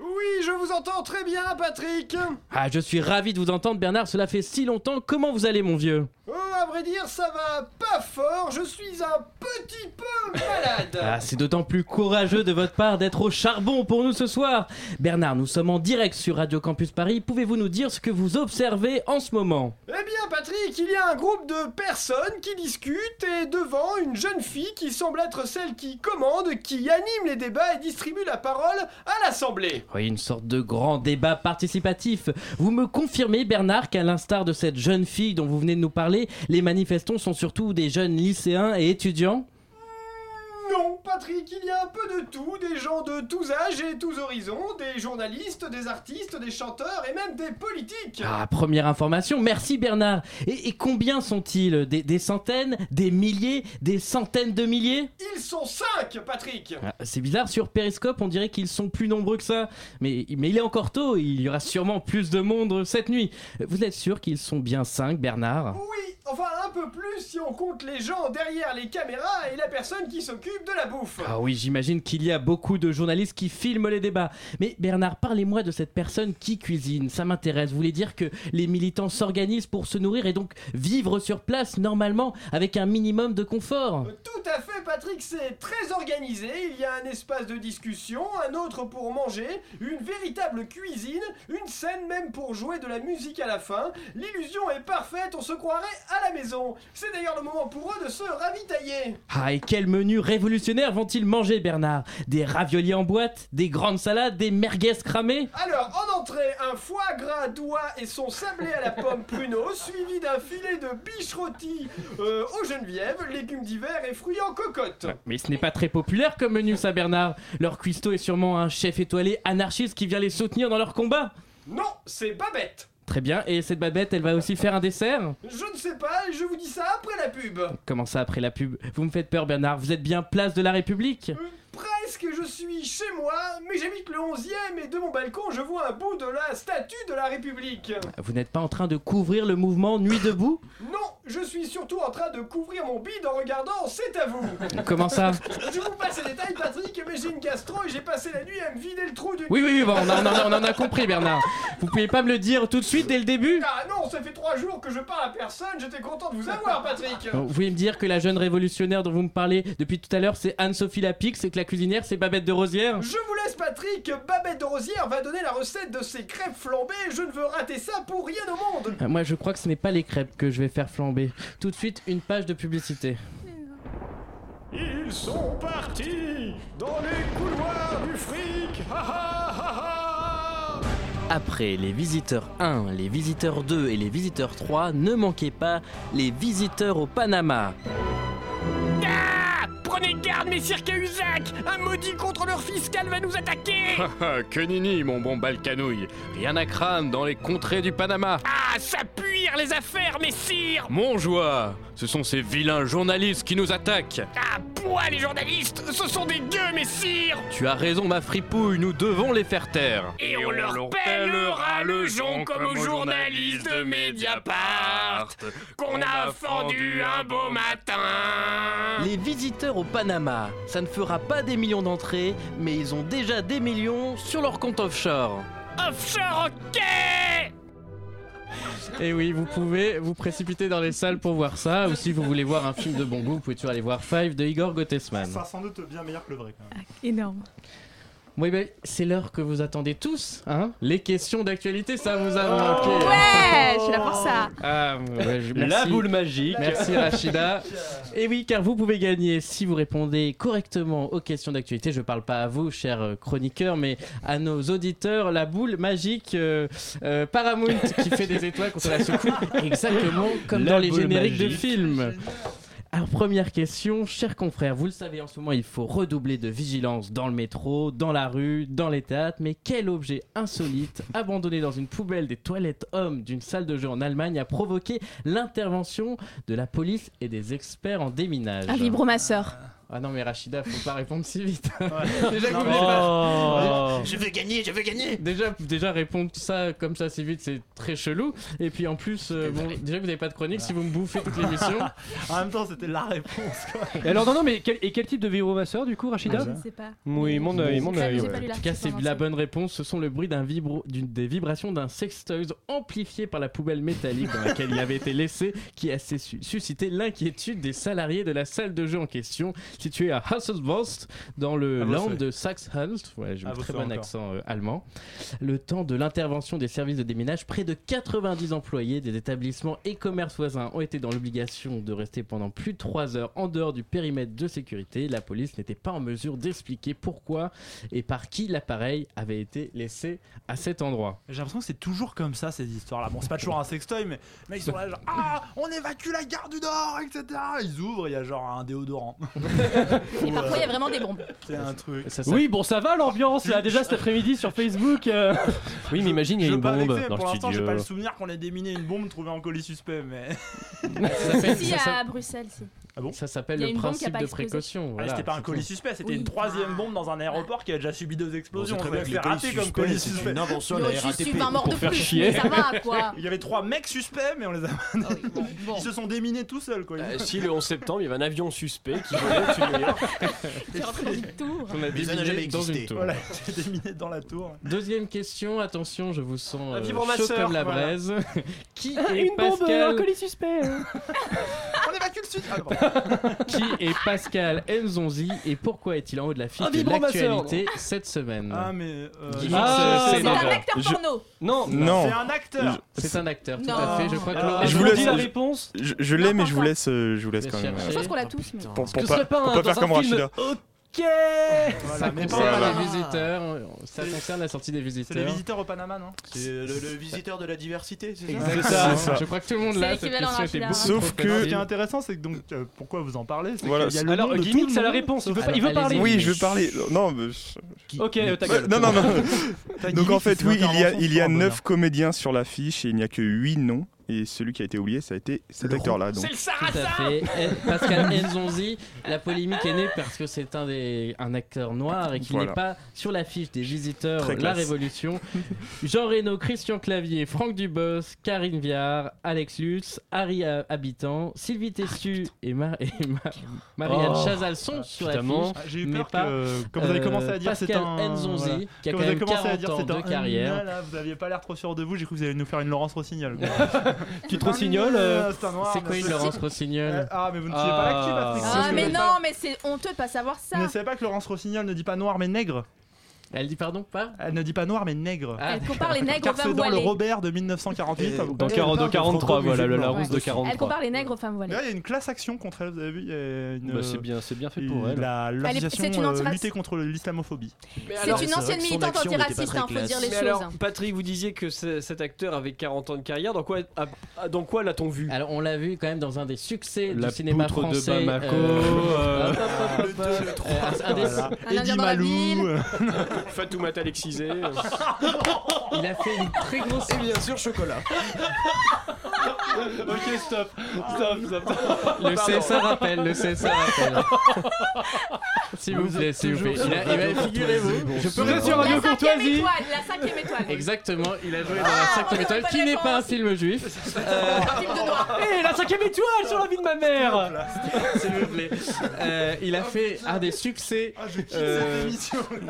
S12: Oui, je vous entends très bien, Patrick.
S10: Ah, je suis ravi de vous entendre, Bernard. Cela fait si longtemps. Comment vous allez, mon vieux
S12: Oh, à vrai dire, ça va pas fort. Je suis un petit peu malade.
S10: Ah, c'est d'autant plus courageux de votre part d'être au charbon pour nous ce soir. Bernard, nous sommes en direct sur Radio Campus Paris. Pouvez-vous nous dire ce que vous observez en ce moment
S12: Eh bien, Patrick, il y a un groupe de personnes qui discutent et devant une jeune fille qui semble être celle qui commande, qui anime les débats et distribue la parole à l'Assemblée.
S10: Oui, une sorte de grand débat participatif. Vous me confirmez, Bernard, qu'à l'instar de cette jeune fille dont vous venez de nous parler, les manifestants sont surtout des jeunes lycéens et étudiants
S12: Non, Patrick, il y a un peu de tout, des gens de tous âges et tous horizons, des journalistes, des artistes, des chanteurs et même des politiques.
S10: Ah, première information, merci Bernard. Et, et combien sont-ils des, des centaines Des milliers Des centaines de milliers
S12: Ils sont cinq, Patrick.
S10: Ah, C'est bizarre, sur Periscope, on dirait qu'ils sont plus nombreux que ça. Mais, mais il est encore tôt, il y aura sûrement plus de monde cette nuit. Vous êtes sûr qu'ils sont bien cinq, Bernard
S12: Oui, enfin un peu plus si on compte les gens derrière les caméras et la personne qui s'occupe de la bouffe.
S10: Ah oui, j'imagine qu'il y a beaucoup de journalistes qui filment les débats. Mais Bernard, parlez-moi de cette personne qui cuisine, ça m'intéresse. Vous voulez dire que les militants s'organisent pour se nourrir et donc vivre sur place normalement avec un minimum de confort
S12: Tout à fait, Patrick, c'est très organisé. Il y a un espace de discussion, un autre pour manger, une véritable cuisine, une scène même pour jouer de la musique à la fin. L'illusion est parfaite, on se croirait à la maison. C'est d'ailleurs le moment pour eux de se ravitailler.
S10: Ah, et quel menu révolutionnaire vont-ils manger, Bernard Des raviolis en boîte, des grandes salades, des merguez cramées
S12: Alors, en entrée, un foie gras d'oie et son sablé à la pomme pruneau, suivi d'un filet de biche rôti euh, aux Geneviève, légumes d'hiver et fruits en cocotte.
S10: Mais ce n'est pas très populaire comme menu, ça, Bernard. Leur cuistot est sûrement un chef étoilé anarchiste qui vient les soutenir dans leur combat.
S12: Non, c'est pas bête.
S10: Très bien, et cette babette, elle va aussi faire un dessert
S12: Je ne sais pas, je vous dis ça après la pub.
S10: Comment ça après la pub Vous me faites peur Bernard, vous êtes bien place de la République
S12: Presque, je suis chez moi, mais j'habite le 11 e et de mon balcon, je vois un bout de la statue de la République.
S10: Vous n'êtes pas en train de couvrir le mouvement Nuit debout
S12: Non, je suis surtout en train de couvrir mon bide en regardant C'est à vous.
S10: Comment ça
S12: Je vous passe les détails, Patrick, mais j'ai une gastro et j'ai passé la nuit à me vider le trou du.
S10: Oui, oui, oui, bon, on, en a- on en a compris Bernard. Vous pouvez pas me le dire tout de suite dès le début
S12: Ah non, ça fait trois jours que je parle à personne, j'étais content de vous avoir, Patrick.
S10: Bon, Vous pouvez me dire que la jeune révolutionnaire dont vous me parlez depuis tout à l'heure, c'est Anne-Sophie Lapix et que la cuisinière, c'est Babette de Rosière
S12: Je vous laisse, Patrick. Babette de Rosière va donner la recette de ses crêpes flambées. Je ne veux rater ça pour rien au monde.
S10: Ah, Moi, je crois que ce n'est pas les crêpes que je vais faire flamber. Tout de suite, une page de publicité.
S15: Ils sont partis dans les couloirs du fric. Ha ha ha ha.
S10: Après les visiteurs 1, les visiteurs 2 et les visiteurs 3, ne manquez pas les visiteurs au Panama.
S15: Ah Prenez garde, messire Cahuzac Un maudit contrôleur fiscal va nous attaquer
S16: Ah, que nini, mon bon balcanouille. Rien à craindre dans les contrées du Panama.
S15: Ah, ça puire les affaires, messire
S16: Mon joie, ce sont ces vilains journalistes qui nous attaquent.
S15: Ah, bois les journalistes Ce sont des gueux, messire
S16: Tu as raison, ma fripouille, nous devons les faire taire.
S15: Et on leur pèlera le jonc comme aux journalistes de Mediapart Qu'on a fendu un beau matin
S10: Les visiteurs au Panama, ça ne fera pas des millions d'entrées, mais ils ont déjà des millions sur leur compte offshore.
S15: Offshore ok
S10: Et Eh oui, vous pouvez vous précipiter dans les salles pour voir ça, ou si vous voulez voir un film de bon goût, vous pouvez toujours aller voir Five de Igor Gottesman.
S6: Ça sans doute bien meilleur que le vrai. quand même.
S7: Énorme.
S10: Oui, ben, c'est l'heure que vous attendez tous, hein Les questions d'actualité, ça vous a
S1: Ah,
S10: manqué.
S7: Oh Ouais, je suis là pour ça.
S10: Ah, ouais, je-
S1: La
S10: merci.
S1: boule magique.
S10: Merci Rachida. Et oui, car vous pouvez gagner si vous répondez correctement aux questions d'actualité. Je parle pas à vous, cher euh, chroniqueur, mais à nos auditeurs, la boule magique euh, euh, Paramount qui fait des étoiles quand on la secoue, exactement comme
S1: La
S10: dans les
S1: boule
S10: génériques de
S1: magique.
S10: films. Alors, première question, chers confrères, vous le savez, en ce moment, il faut redoubler de vigilance dans le métro, dans la rue, dans les théâtres. Mais quel objet insolite, abandonné dans une poubelle des toilettes hommes d'une salle de jeu en Allemagne, a provoqué l'intervention de la police et des experts en déminage
S7: Un vibromasseur.
S10: Ah non, mais Rachida, faut pas répondre si vite.
S7: Déjà que vous
S10: Non,
S7: voulez
S10: mais-
S7: pas- Je veux gagner, je veux gagner.
S10: Déjà, déjà répondre ça comme ça si vite, c'est très chelou. Et puis en plus, euh, bon, déjà que vous n'avez pas de chronique, si vous me bouffez toute l'émission.
S6: en
S10: Ah,
S6: même temps, c'était la réponse.
S1: Et alors, non, non, mais quel, et quel type de vibromasseur du coup, Rachida
S10: Ah, je ne sais
S7: pas.
S1: Oui, mon œil, mon œil. ouais.
S10: En tout cas, c'est la bonne réponse. Ce sont le bruit d'un vibro, d'une- des vibrations d'un sextoys amplifié par la poubelle métallique dans laquelle il avait été laissé, qui a sus- suscité l'inquiétude des salariés de la salle de jeu en question, située à Hasselvost, dans le
S1: À Vossé.
S10: land de Saxe-Anhalt. Ouais, j'ai
S1: À
S10: un très
S1: Vossé
S10: bon
S1: encore.
S10: accent euh, allemand. Le temps de l'intervention des services de déménage, près de 90 employés des établissements et commerces voisins ont été dans l'obligation de rester pendant plus de 3 heures en dehors du périmètre de sécurité. La police n'était pas en mesure d'expliquer pourquoi et par qui l'appareil avait été laissé à cet endroit.
S6: J'ai l'impression que c'est toujours comme ça ces histoires-là. Bon, c'est pas toujours un sextoy, mais, mais ils sont là genre Ah, on évacue la gare du Nord, etc. Ils ouvrent, il y a genre un déodorant. euh,
S7: Et parfois, il y a vraiment des bombes.
S6: C'est un truc.
S1: Oui, bon, ça va l'ambiance là. Déjà cet après-midi sur Facebook. euh, Oui, mais imagine, il y a
S6: Je
S1: une
S6: veux pas
S1: bombe
S6: vexer,
S1: dans
S6: pour
S1: le
S6: l'instant, j'ai
S1: studio.
S6: pas le souvenir qu'on ait déminé une bombe trouvée en colis suspect, mais.
S1: Ah,
S7: Si, à Bruxelles, si.
S6: Ah bon
S10: Ça
S7: Il
S10: s'appelle
S7: y a
S10: le
S7: une bombe qui a
S10: principe
S7: pas
S10: de
S7: explosé.
S10: précaution.
S6: Ah,
S10: voilà,
S6: c'était pas un
S10: c'est
S6: colis
S10: tout.
S6: suspect, c'était une troisième bombe dans un aéroport qui a déjà subi deux explosions.
S11: On sait très bien
S6: C'est
S11: que les colis
S6: raté comme
S11: suspects,
S6: colis
S11: c'est
S6: suspect.
S11: une invention de la
S6: je
S11: RATP.
S6: suis un
S11: Pour faire chier.
S6: mais
S7: quoi.
S6: Il y avait trois mecs suspects, mais on les a. Ils se sont déminés tout seuls, quoi.
S17: Euh, si le 11 septembre, il y avait un avion suspect qui volait au-dessus de New York.
S10: On a déminé dans une tour.
S6: Voilà, c'est déminé dans la tour.
S10: Deuxième question, attention, je vous sens euh, chaud
S6: vibromasseur,
S10: comme la
S6: voilà.
S10: braise. qui
S1: Ah,
S10: est
S1: une bombe,
S10: Pascal
S1: un colis suspect. hein.
S6: On évacue le sud. Ah, pardon.
S10: Qui est Pascal Mzonzi et pourquoi est-il en haut de la fiche
S6: Un
S10: de
S6: vibromasseur.
S10: l'actualité cette semaine
S6: Ah, mais. euh,
S10: Guy
S6: je-
S10: Fawkes,
S6: Ah,
S10: c'est
S6: d'accord.
S10: un acteur
S6: Je-
S10: porno.
S1: Non,
S18: Non.
S6: C'est un acteur.
S10: C'est un acteur, tout
S6: Non.
S10: à fait. Je crois que
S6: Ah,
S10: Laura-
S18: Je vous
S10: Laura
S18: laisse euh,
S10: dit
S18: je- Je, je l'ai, mais je vous laisse, euh, je vous laisse quand même.
S10: chercher.
S18: euh,
S10: Je pense qu'on
S7: l'a tous, mais.
S18: Pour, pour
S10: Est-ce que ce
S18: pas,
S10: serait pas
S18: pour
S10: un-
S18: pas
S10: dans
S18: faire
S10: un
S18: comme
S10: film
S18: Rachida.
S1: Ok
S10: Ça
S6: mais
S10: concerne
S6: pas-
S10: les visiteurs. Ça concerne la sortie des
S6: C'est les
S10: visiteurs.
S6: visiteurs au Panama, non
S11: C'est le, le visiteur de la diversité, c'est ça
S10: Exactement.
S18: C'est ça.
S10: Je crois que tout le monde
S6: C'est
S10: l'a. cette
S6: l'équivalent hein.
S10: question était
S6: d'Archila.
S10: beaucoup
S18: Sauf
S10: trop
S18: que-
S6: Ce qui est
S10: facile.
S6: intéressant, c'est que donc euh, pourquoi vous en parlez c'est
S18: Voilà.
S6: qu'il y a le nom de tout le
S1: c'est la
S6: monde. Ah,
S1: réponse, il veut pas-
S6: Alors,
S1: il veut parler.
S18: Oui, je veux parler. Non, mais...
S1: Ok, euh, ta
S18: Ouais,
S1: gueule.
S18: non, non, non.
S6: Ta
S18: Donc en
S6: gimmick,
S18: fait,
S6: c'est
S18: oui,
S6: une
S18: il y a,
S6: intervention
S18: il y a
S6: pour un
S18: 9
S6: bonheur.
S18: comédiens sur l'affiche et il n'y a que 8 noms. Et celui qui a été oublié, ça a été cet acteur-là. donc.
S10: Tout à fait. Eh, Pascal Enzonzi, la polémique est née parce que c'est un, des, un acteur noir et qu'il
S18: Voilà.
S10: n'est pas sur l'affiche des visiteurs
S18: Très
S10: La
S18: classe.
S10: Révolution. Jean Reno, Christian Clavier, Franck Dubos, Karine Viard, Alex Lutz, Harry euh, Habitant, Sylvie Tessu et, Mar- et Mar- Marianne
S6: Ah, Oh.
S10: Chazal sont sur l'affiche.
S6: Évidemment. Ah, j'ai eu
S10: mais
S6: peur que,
S10: pas,
S6: euh, quand vous avez commencé à dire c'est
S10: Pascal
S6: un-
S10: Enzonzi,
S6: voilà.
S10: qui a
S6: Quand
S10: quand
S6: vous avez
S10: même
S6: commencé
S10: 40
S6: à dire
S10: ans
S6: c'est
S10: de
S6: un
S10: carrière.
S6: Là, là, vous aviez pas l'air trop sûr de vous, j'ai cru que vous alliez nous faire une Laurence Rossignol.
S1: Petite
S6: C'est un
S1: Rossignol,
S6: nul,
S1: euh,
S6: C'est un noir,
S10: C'est quoi
S6: mais
S10: une
S6: c'est-
S10: Laurence Rossignol
S6: Euh, Ah, mais vous ne suivez pas l'actu, Patrick.
S7: Ah,
S6: Vous
S7: mais
S6: savez
S7: non,
S6: pas-
S7: mais c'est honteux de pas savoir ça.
S6: Vous ne savez pas que Laurence Rossignol ne dit pas noir mais nègre
S10: Elle dit pardon, pas
S6: Elle ne dit pas noir mais nègre.
S7: Elle compare les nègres
S6: Car
S7: aux
S6: c'est
S7: femmes
S6: dans le
S7: voilées.
S6: Robert de 1948. ça vous
S1: Ah. Dans
S6: parle.
S1: 42, 43, voilà, le
S6: Ouais.
S1: Larousse de
S7: Elle
S1: 43.
S7: compare les nègres aux femmes voilées.
S6: D'ailleurs, il y a une classe action contre elle, vous avez vu il y a une-
S1: Bah, c'est bien, c'est bien fait pour
S6: il-
S1: elle.
S6: La,
S7: Elle est-
S6: l'association
S7: c'est une
S6: euh,
S7: antiraciste.
S6: lutter contre l'islamophobie.
S7: C'est une ancienne militante antiraciste, hein, faut dire les
S17: Mais
S7: choses.
S17: alors, Patrick, vous disiez que ce- cet acteur avait 40 ans de carrière. Dans quoi, a- a- dans quoi l'a-t-on vu
S10: Alors on l'a vu quand même dans un des succès
S1: La
S10: du cinéma
S1: poutre de
S10: français.
S1: Bamako,
S10: euh,
S1: euh,
S10: hop, hop, hop, hop, euh, un des-
S17: Un
S10: Eddie
S17: Indien dans la
S10: Malou.
S17: ville. Fatoumata Alexisé.
S10: Il a fait une très grosse.
S11: Et bien sûr, chocolat.
S1: ok, stop. Stop, stop.
S10: Le CSA rappelle, le CSA rappelle. S'il vous plaît, s'il vous plaît. Il a, il a- figurez-vous, je peux
S1: Vous êtes sur
S10: répondre.
S7: La
S1: Radio
S7: cinquième
S1: Courtoisie.
S7: étoile, la cinquième étoile.
S10: Exactement, il a joué dans la cinquième étoile, qui n'est pas un film juif. Euh,
S1: Eh, la cinquième étoile sur la vie de ma mère.
S10: S'il vous plaît. Euh, il a fait un des succès. euh,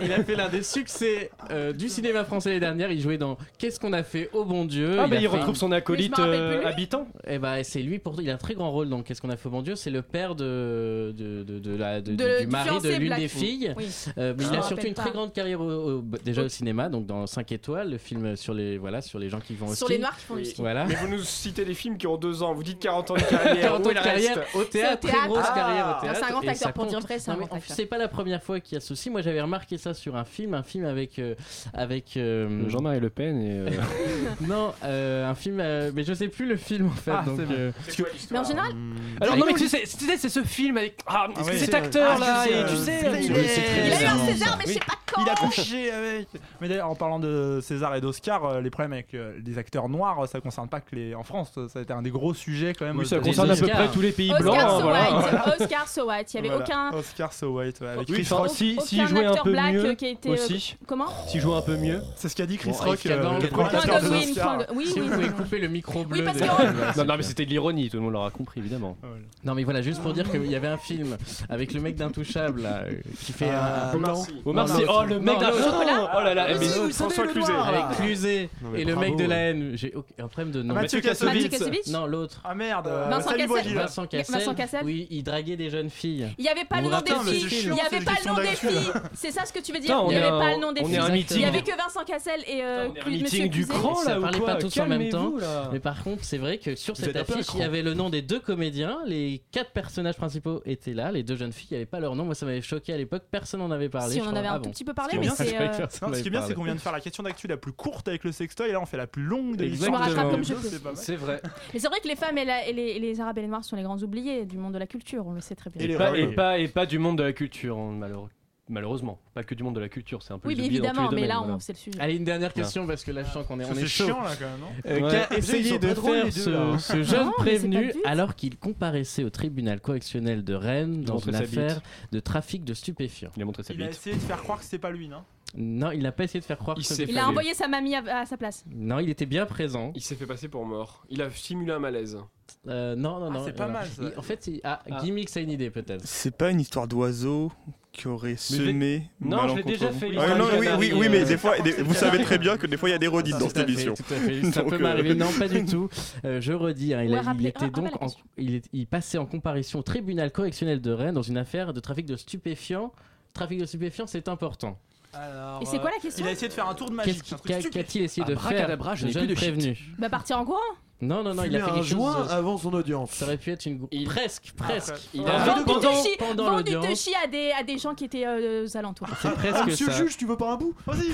S10: il a fait l'un des succès euh, du cinéma français l'année dernière. Il jouait dans Qu'est-ce qu'on a fait au bon Dieu
S1: Ah,
S10: a
S1: mais il
S10: fait
S1: retrouve
S10: un-
S1: son acolyte euh, habitant.
S10: Eh ben, c'est lui pour il a un très grand rôle dans Qu'est-ce qu'on a fait au bon Dieu c'est le père de, de, de- de la de-
S7: De-
S10: du,
S7: du
S10: mari
S7: fiancé
S10: de l'une
S7: Black.
S10: des filles
S7: Oui.
S10: Euh, mais
S7: Je
S10: il
S7: me
S10: a
S7: rappelle
S10: surtout une
S7: pas.
S10: très grande carrière au- au-
S1: Oh.
S10: déjà au cinéma donc dans 5 étoiles le film sur les voilà sur les gens qui vont au
S17: Sur
S10: ski.
S17: les Noirs qui font du ski.
S10: voilà
S17: Mais vous nous citez des films qui ont 2 ans. Vous dites 40 ans de carrière.
S10: 40
S17: Où
S10: ans de
S17: il
S10: carrière
S17: reste
S10: au théâtre,
S7: C'est au
S10: très grosse
S7: théâtre.
S10: carrière au
S7: Ah,
S10: théâtre.
S7: c'est un grand
S10: et
S7: acteur,
S10: ça
S7: pour dire
S10: compte.
S7: vrai, c'est un
S10: Non, mais
S7: grand
S10: en plus,
S7: acteur.
S10: C'est pas la première fois qu'il y a ceci. Moi, j'avais remarqué ça sur un film film, un film avec euh, avec euh,
S1: Jean-Marie Le Pen et. euh,
S10: non, euh, un film, euh, mais je sais plus le film en fait.
S1: Ah,
S10: donc,
S1: c'est bon.
S10: euh,
S1: C'est quoi
S7: Mais en général,
S1: Alors non mais
S10: Allez,
S1: tu sais, c'est- tu sais, c'est ce film avec ah,
S10: Hmm. Ah
S1: est-ce que
S10: ouais,
S1: cet
S10: c'est-
S1: acteur
S10: ah,
S1: là
S10: je sais,
S1: et tu
S10: euh,
S1: sais
S10: c'est-
S1: tu-
S10: il est-
S6: Il a eu un
S7: César, mais je sais pas quand.
S6: Il a couché avec. Mais d'ailleurs, en parlant de César et d'Oscar, euh, les problèmes avec euh, les acteurs noirs, ça concerne pas que les. En France, ça a été un des gros sujets quand même.
S1: Oui,
S6: aux
S1: ça
S6: États-Unis.
S1: concerne à peu près tous les pays blancs,
S7: Oscar
S1: hein,
S7: So
S1: voilà.
S7: White, Oscar So White, il y avait
S6: Voilà.
S7: aucun.
S6: Oscar So White, ouais, avec
S1: Oui,
S6: Chris
S1: enfin,
S6: Rock.
S1: si,
S7: aucun
S1: si jouait un
S7: acteur
S1: peu
S7: black
S1: mieux
S7: qui a été, euh,
S1: aussi.
S7: comment
S1: S'il jouait un peu mieux.
S6: C'est ce qu'a dit Chris
S10: Bon, Rock, Eric Adam, euh, le Point
S7: présentateur Godwin, des Oscars. Point- oui,
S10: Si
S7: oui,
S10: vous pouvez
S7: oui.
S10: couper le micro bleu.
S7: parce
S10: de-
S1: Non, non mais c'était de l'ironie, tout le monde l'aura compris évidemment.
S10: Non mais voilà, juste pour dire qu'il y avait un film avec le mec d'intouchable là, euh, qui fait
S1: Ah,
S10: un
S1: Omar
S10: blanc.
S1: Sy. Omar Sy. Oh, le mec d'un- Oh là là, mais
S10: si, Ah, vous
S1: François
S10: savez, le
S1: Cluzet.
S10: noir, là.
S1: Avec
S10: Avec
S1: Cluzet
S10: Cluzet
S1: et
S10: et le mec de la haine. J'ai aucun problème de nom.
S6: Mathieu Kassovitz.
S10: Non, l'autre.
S6: Ah merde. euh,
S7: Vincent
S6: Sally
S7: Cassel.
S6: Boisguil.
S10: Vincent Cassel.
S7: Vincent Cassel.
S10: Oui, il draguait des jeunes filles.
S7: Il n'y avait pas
S10: Vous
S7: le nom des
S10: rappelez-
S7: filles. Il n'y avait pas le nom des filles. C'est ça ce que tu veux dire
S10: Putain,
S7: Il
S10: on
S7: n'y
S10: est
S7: avait
S10: un-
S7: pas le nom des
S10: on est
S7: filles.
S10: un
S7: Il n'y
S10: meeting.
S7: avait que Vincent Cassel et euh, Clu- Monsieur
S1: meeting du
S7: Cluzet.
S1: cran, là,
S10: ça
S1: ou
S10: parlait
S1: quoi
S10: pas tous en même temps.
S1: Calmez-vous, là.
S10: Mais par contre, c'est vrai que sur
S1: Vous
S10: cette
S1: êtes un peu
S10: affiche,
S1: accro.
S10: il y avait le nom des deux comédiens. Les quatre personnages principaux étaient là. Les deux jeunes filles, il n'y avait pas leur nom. Moi, ça m'avait choqué à l'époque. Personne n'en avait parlé.
S7: Si, on
S10: Je
S7: en
S10: crois.
S7: avait un
S10: Ah
S7: tout
S10: bon.
S7: petit peu parlé,
S10: Ce qui est
S7: mais
S10: bien,
S7: c'est,
S10: que j'allais
S7: euh,
S10: faire, ça
S6: Non, ce qui est bien, c'est
S10: m'avait
S6: qu'on vient de faire la question d'actu la plus courte avec le sextoy, et là on fait la plus longue de
S7: Exactement.
S6: l'histoire.
S7: Je me rattrape comme
S6: C'est
S7: je peux.
S6: pas mal.
S17: C'est vrai.
S7: Mais c'est vrai que les femmes et, la- et les, et les Arabes et les Noirs sont les grands oubliés du monde de la culture, on le sait très bien.
S10: Bah,
S1: Et pas, et, pas, et pas du monde de la culture, on- malheureux- malheureusement. Pas que du monde de la culture, c'est un peu
S7: Oui,
S1: les
S7: mais
S1: oubliés dans tous
S7: évidemment,
S1: les
S7: mais
S1: domaines,
S7: là, on-
S1: voilà.
S7: c'est le sujet.
S10: Allez, une dernière question parce que là, je sens qu'on est, on
S1: Parce
S10: est
S1: que c'est
S10: chaud.
S1: chiant, là, quand même, non
S10: Euh,
S1: Ouais.
S10: Qu'a
S1: Ils sont
S10: essayé
S1: pas
S10: de
S1: drôles, les
S10: faire
S1: deux,
S10: ce,
S1: là.
S10: ce jeune
S1: Non, mais c'est pas
S10: prévenu
S1: juste.
S10: alors qu'il comparaissait au tribunal correctionnel de Rennes dans
S1: montré
S10: une
S1: sa bite.
S10: affaire de trafic de stupéfiants
S1: Il a montré sa
S6: Il a essayé de faire croire que c'est pas lui, non
S10: Non, il n'a pas essayé de faire croire que c'était
S7: Il a
S10: lui.
S7: envoyé sa mamie à, à sa place.
S10: Non, il était bien présent.
S17: Il s'est fait passer pour mort. Il a simulé un malaise.
S10: Euh, non, non,
S17: Ah,
S10: non.
S17: c'est pas
S10: alors,
S17: mal, ça.
S10: il- en fait, il- ah,
S17: Ah.
S10: Gimmick, c'est une idée peut-être.
S18: C'est pas une histoire d'oiseau qui aurait semé.
S10: Non, je l'ai
S18: malencontre-
S10: déjà fait,
S18: Ouais,
S10: l'histoire
S18: non,
S10: du
S18: oui, oui,
S10: canari,
S18: oui, mais
S10: euh,
S18: des fois, des- vous
S10: c'est Ah,
S18: savez
S10: vrai.
S18: très bien que des fois il y a des redites dans
S10: Tout à
S18: cette
S10: fait,
S18: émission.
S10: tout à fait. Ça
S18: Donc,
S10: peut
S18: euh,
S10: m'arriver. Non, pas du tout. Euh, je redis, hein, il,
S7: Ouais,
S10: a- il
S7: rappelez-
S1: ah,
S10: était
S1: bah,
S7: rappelle
S10: donc
S7: la
S10: en- il, est- il passait en comparution au tribunal correctionnel de Rennes dans une affaire de trafic de stupéfiants. Trafic de stupéfiants, c'est important.
S6: Alors,
S7: Et c'est quoi la
S6: euh,
S7: question
S6: Il a essayé de faire un tour de magie.
S10: Qu'est-ce
S6: c'est un truc
S10: qu'a-
S6: stupide.
S10: qu'a-t-il essayé de
S11: Abracadabra,
S10: faire
S11: je n'ai
S10: jeune
S11: plus de shit.
S10: prévenu
S7: Bah, partir en courant
S10: Non, non, non, il
S11: Fumer
S10: a fait
S11: un
S10: quelque
S11: joint
S10: chose. de-
S11: avant son audience.
S10: Ça aurait pu être une gou- presque, presque. Il
S11: Ah,
S10: a
S11: vendu
S10: pendant,
S7: Du chi-
S10: pendant
S7: vendu de
S10: l'audience.
S7: chi à des, à des gens qui étaient euh, aux alentours.
S10: C'est
S11: Ah,
S10: presque
S11: monsieur
S10: ça.
S11: le juge, tu veux pas un bout Vas-y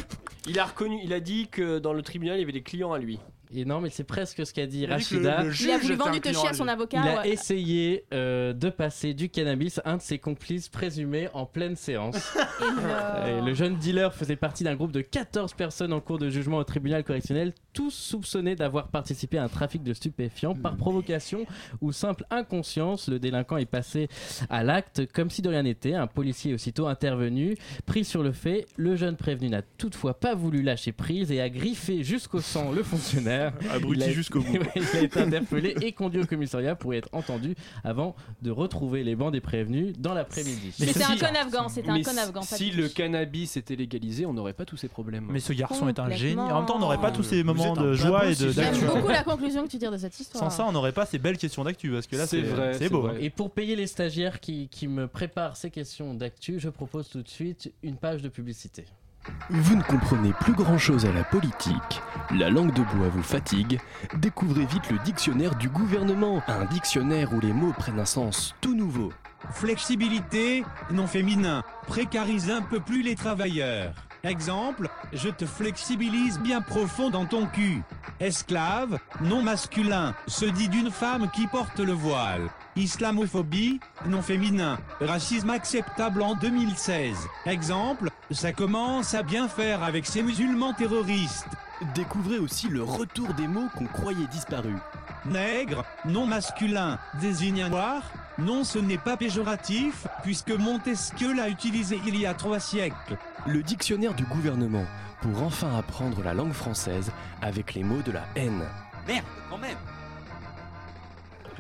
S17: Il a reconnu, il a dit que dans le tribunal, il y avait des clients à lui.
S10: Et non, mais c'est presque ce qu'a dit
S17: Il a dit que le-
S10: Rachida.
S17: le
S7: Il a voulu vendre du chi à son avocat.
S10: Il a
S7: ouais.
S10: essayé euh, de passer du cannabis à un de ses complices présumés en pleine séance. Et le jeune dealer faisait partie d'un groupe de 14 personnes en cours de jugement au tribunal correctionnel, tous soupçonnés d'avoir participé à un trafic de stupéfiants par provocation ou simple inconscience. Le délinquant est passé à l'acte comme si de rien n'était. Un policier est aussitôt intervenu, pris sur le fait. Le jeune prévenu n'a toutefois pas voulu lâcher prise et a griffé jusqu'au sang le fonctionnaire.
S18: Abruti
S10: Il a-
S18: jusqu'au bout.
S10: Ouais, il a été interpellé et conduit au commissariat pour être entendu avant de retrouver les bancs des prévenus dans l'après-midi.
S7: Mais C'était un con afghan, c'était un
S1: Mais
S7: con
S1: si-
S7: afghan. pas
S1: Si
S7: plus.
S1: le cannabis était légalisé, on n'aurait pas tous ces problèmes.
S6: Mais ce garçon est un
S7: Complètement.
S6: génie. En même temps, on n'aurait pas tous ces
S1: Vous
S6: moments
S1: êtes un
S6: de
S1: pas
S6: joie et
S1: possible.
S6: de
S1: J'aime
S6: d'actu.
S7: Beaucoup la conclusion que tu tires de cette histoire.
S6: Sans ça, on n'aurait pas ces belles questions d'actu parce que là, c'est c'est beau. hein.
S10: Et pour payer les stagiaires qui, qui me préparent ces questions d'actu, je propose tout de suite une page de publicité.
S19: Vous ne comprenez plus grand-chose à la politique, la langue de bois vous fatigue, découvrez vite le dictionnaire du gouvernement, un dictionnaire où les mots prennent un sens tout nouveau.
S20: Flexibilité, non féminin, précarise un peu plus les travailleurs. Exemple, je te flexibilise bien profond dans ton cul. Esclave, non masculin, se dit d'une femme qui porte le voile. Islamophobie, non féminin, racisme acceptable en 2016. Exemple, ça commence à bien faire avec ces musulmans terroristes.
S19: Découvrez aussi le retour des mots qu'on croyait disparus.
S20: Nègre, non masculin, désigne un noir Non, ce n'est pas péjoratif, puisque Montesquieu l'a utilisé il y a trois siècles.
S19: Le dictionnaire du gouvernement, pour enfin apprendre la langue française avec les mots de la haine.
S20: Merde, quand même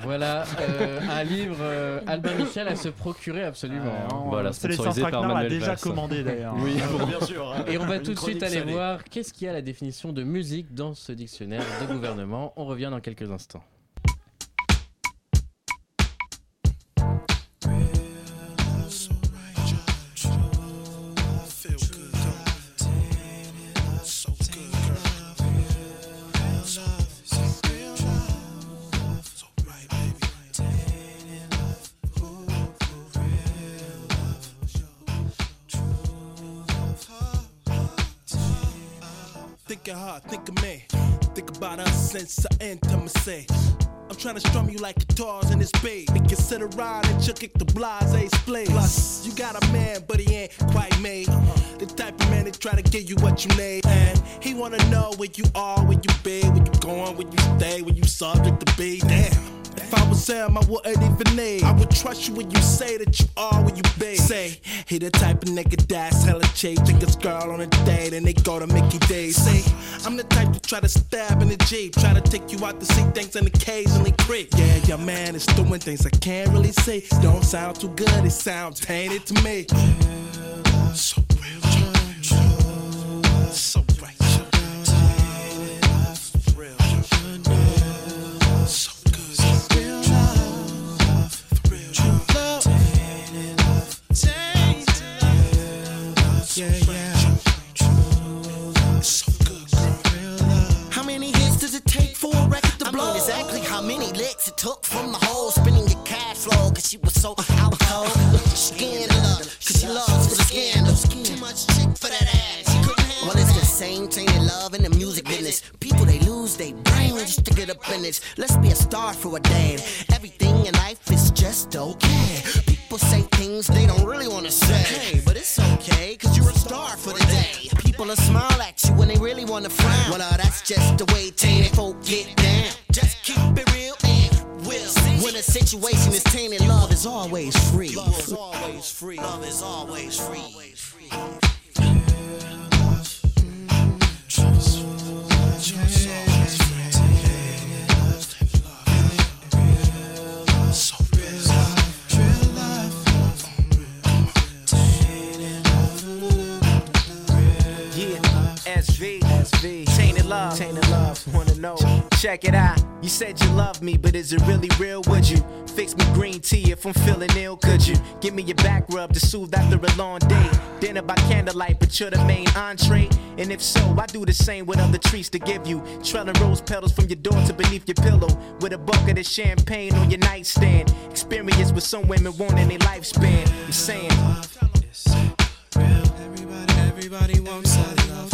S10: Voilà euh, un livre euh, Albin Michel à se procurer absolument.
S6: non, Voilà, Célestin sponsorisé par Traquenard l'a Manuel déjà Valls. commandé, d'ailleurs.
S10: Oui,
S6: Ah,
S10: bon.
S6: bien sûr, hein.
S10: Et on va
S6: Une
S10: tout de suite
S6: chronique
S10: aller
S6: salée.
S10: voir qu'est-ce qu'il y a la définition de musique dans ce dictionnaire de gouvernement. On revient dans quelques instants.
S15: Real love,
S21: Thinking hard, think of me. Think about us since our intimacy. I'm trying to strum you like guitars in this beat. They can sit around and chuck kick the blase splays. Plus, you got a man, but he ain't quite made. The type of man that try to give you what you need. And he wanna know where you are, where you be, where you going, where you stay, where you subject to be. Damn. If I was him, I wouldn't even need. I would trust you when you say that you are what you be. Say, he the type of nigga that's hella cheap. Think it's girl on a date and they go to Mickey D's. Say, I'm the type to try to stab in the Jeep. Try to take you out to see things and occasionally creep. Yeah, your man is doing things I can't really see. Don't sound too good, it sounds tainted to me. So real, so real, so right, so real, so Yeah, yeah. So good, girl.
S22: How many hits does it take for a record to blow? I mean, exactly how many licks it took from the hole spinning your cash flow? Cause she was so out cold. Scandalous, cause she loves for the scandal. Too much chick for that ass. She couldn't handle Well, it's the same thing they love in the music business. People, they lose their brains just to get up in this. Let's be a star for a day. Everything in life is just okay. People say things they don't really wanna say. Hey, but it's okay, cause you're a star for the day. People will smile at you when they really wanna frown. Well, uh, that's just the way tainted folk get down. Just keep it real and will. When a situation is tainted, love is always free. Love is always free. Love is always free.
S23: Yeah, SV, SV, tainted love, tainted love. Wanna know? Check it out. You said you love me, but is it really real? Would you fix me green tea if I'm feeling ill? Could you give me your back rub to soothe after a long day? Dinner by candlelight, but you're the main entree. And if so, I do the same with other treats to give you. Trailing rose petals from your door to beneath your pillow, with a bucket of champagne on your nightstand. Experience with some women want in their lifespan. You're saying.
S24: Everybody wants a love,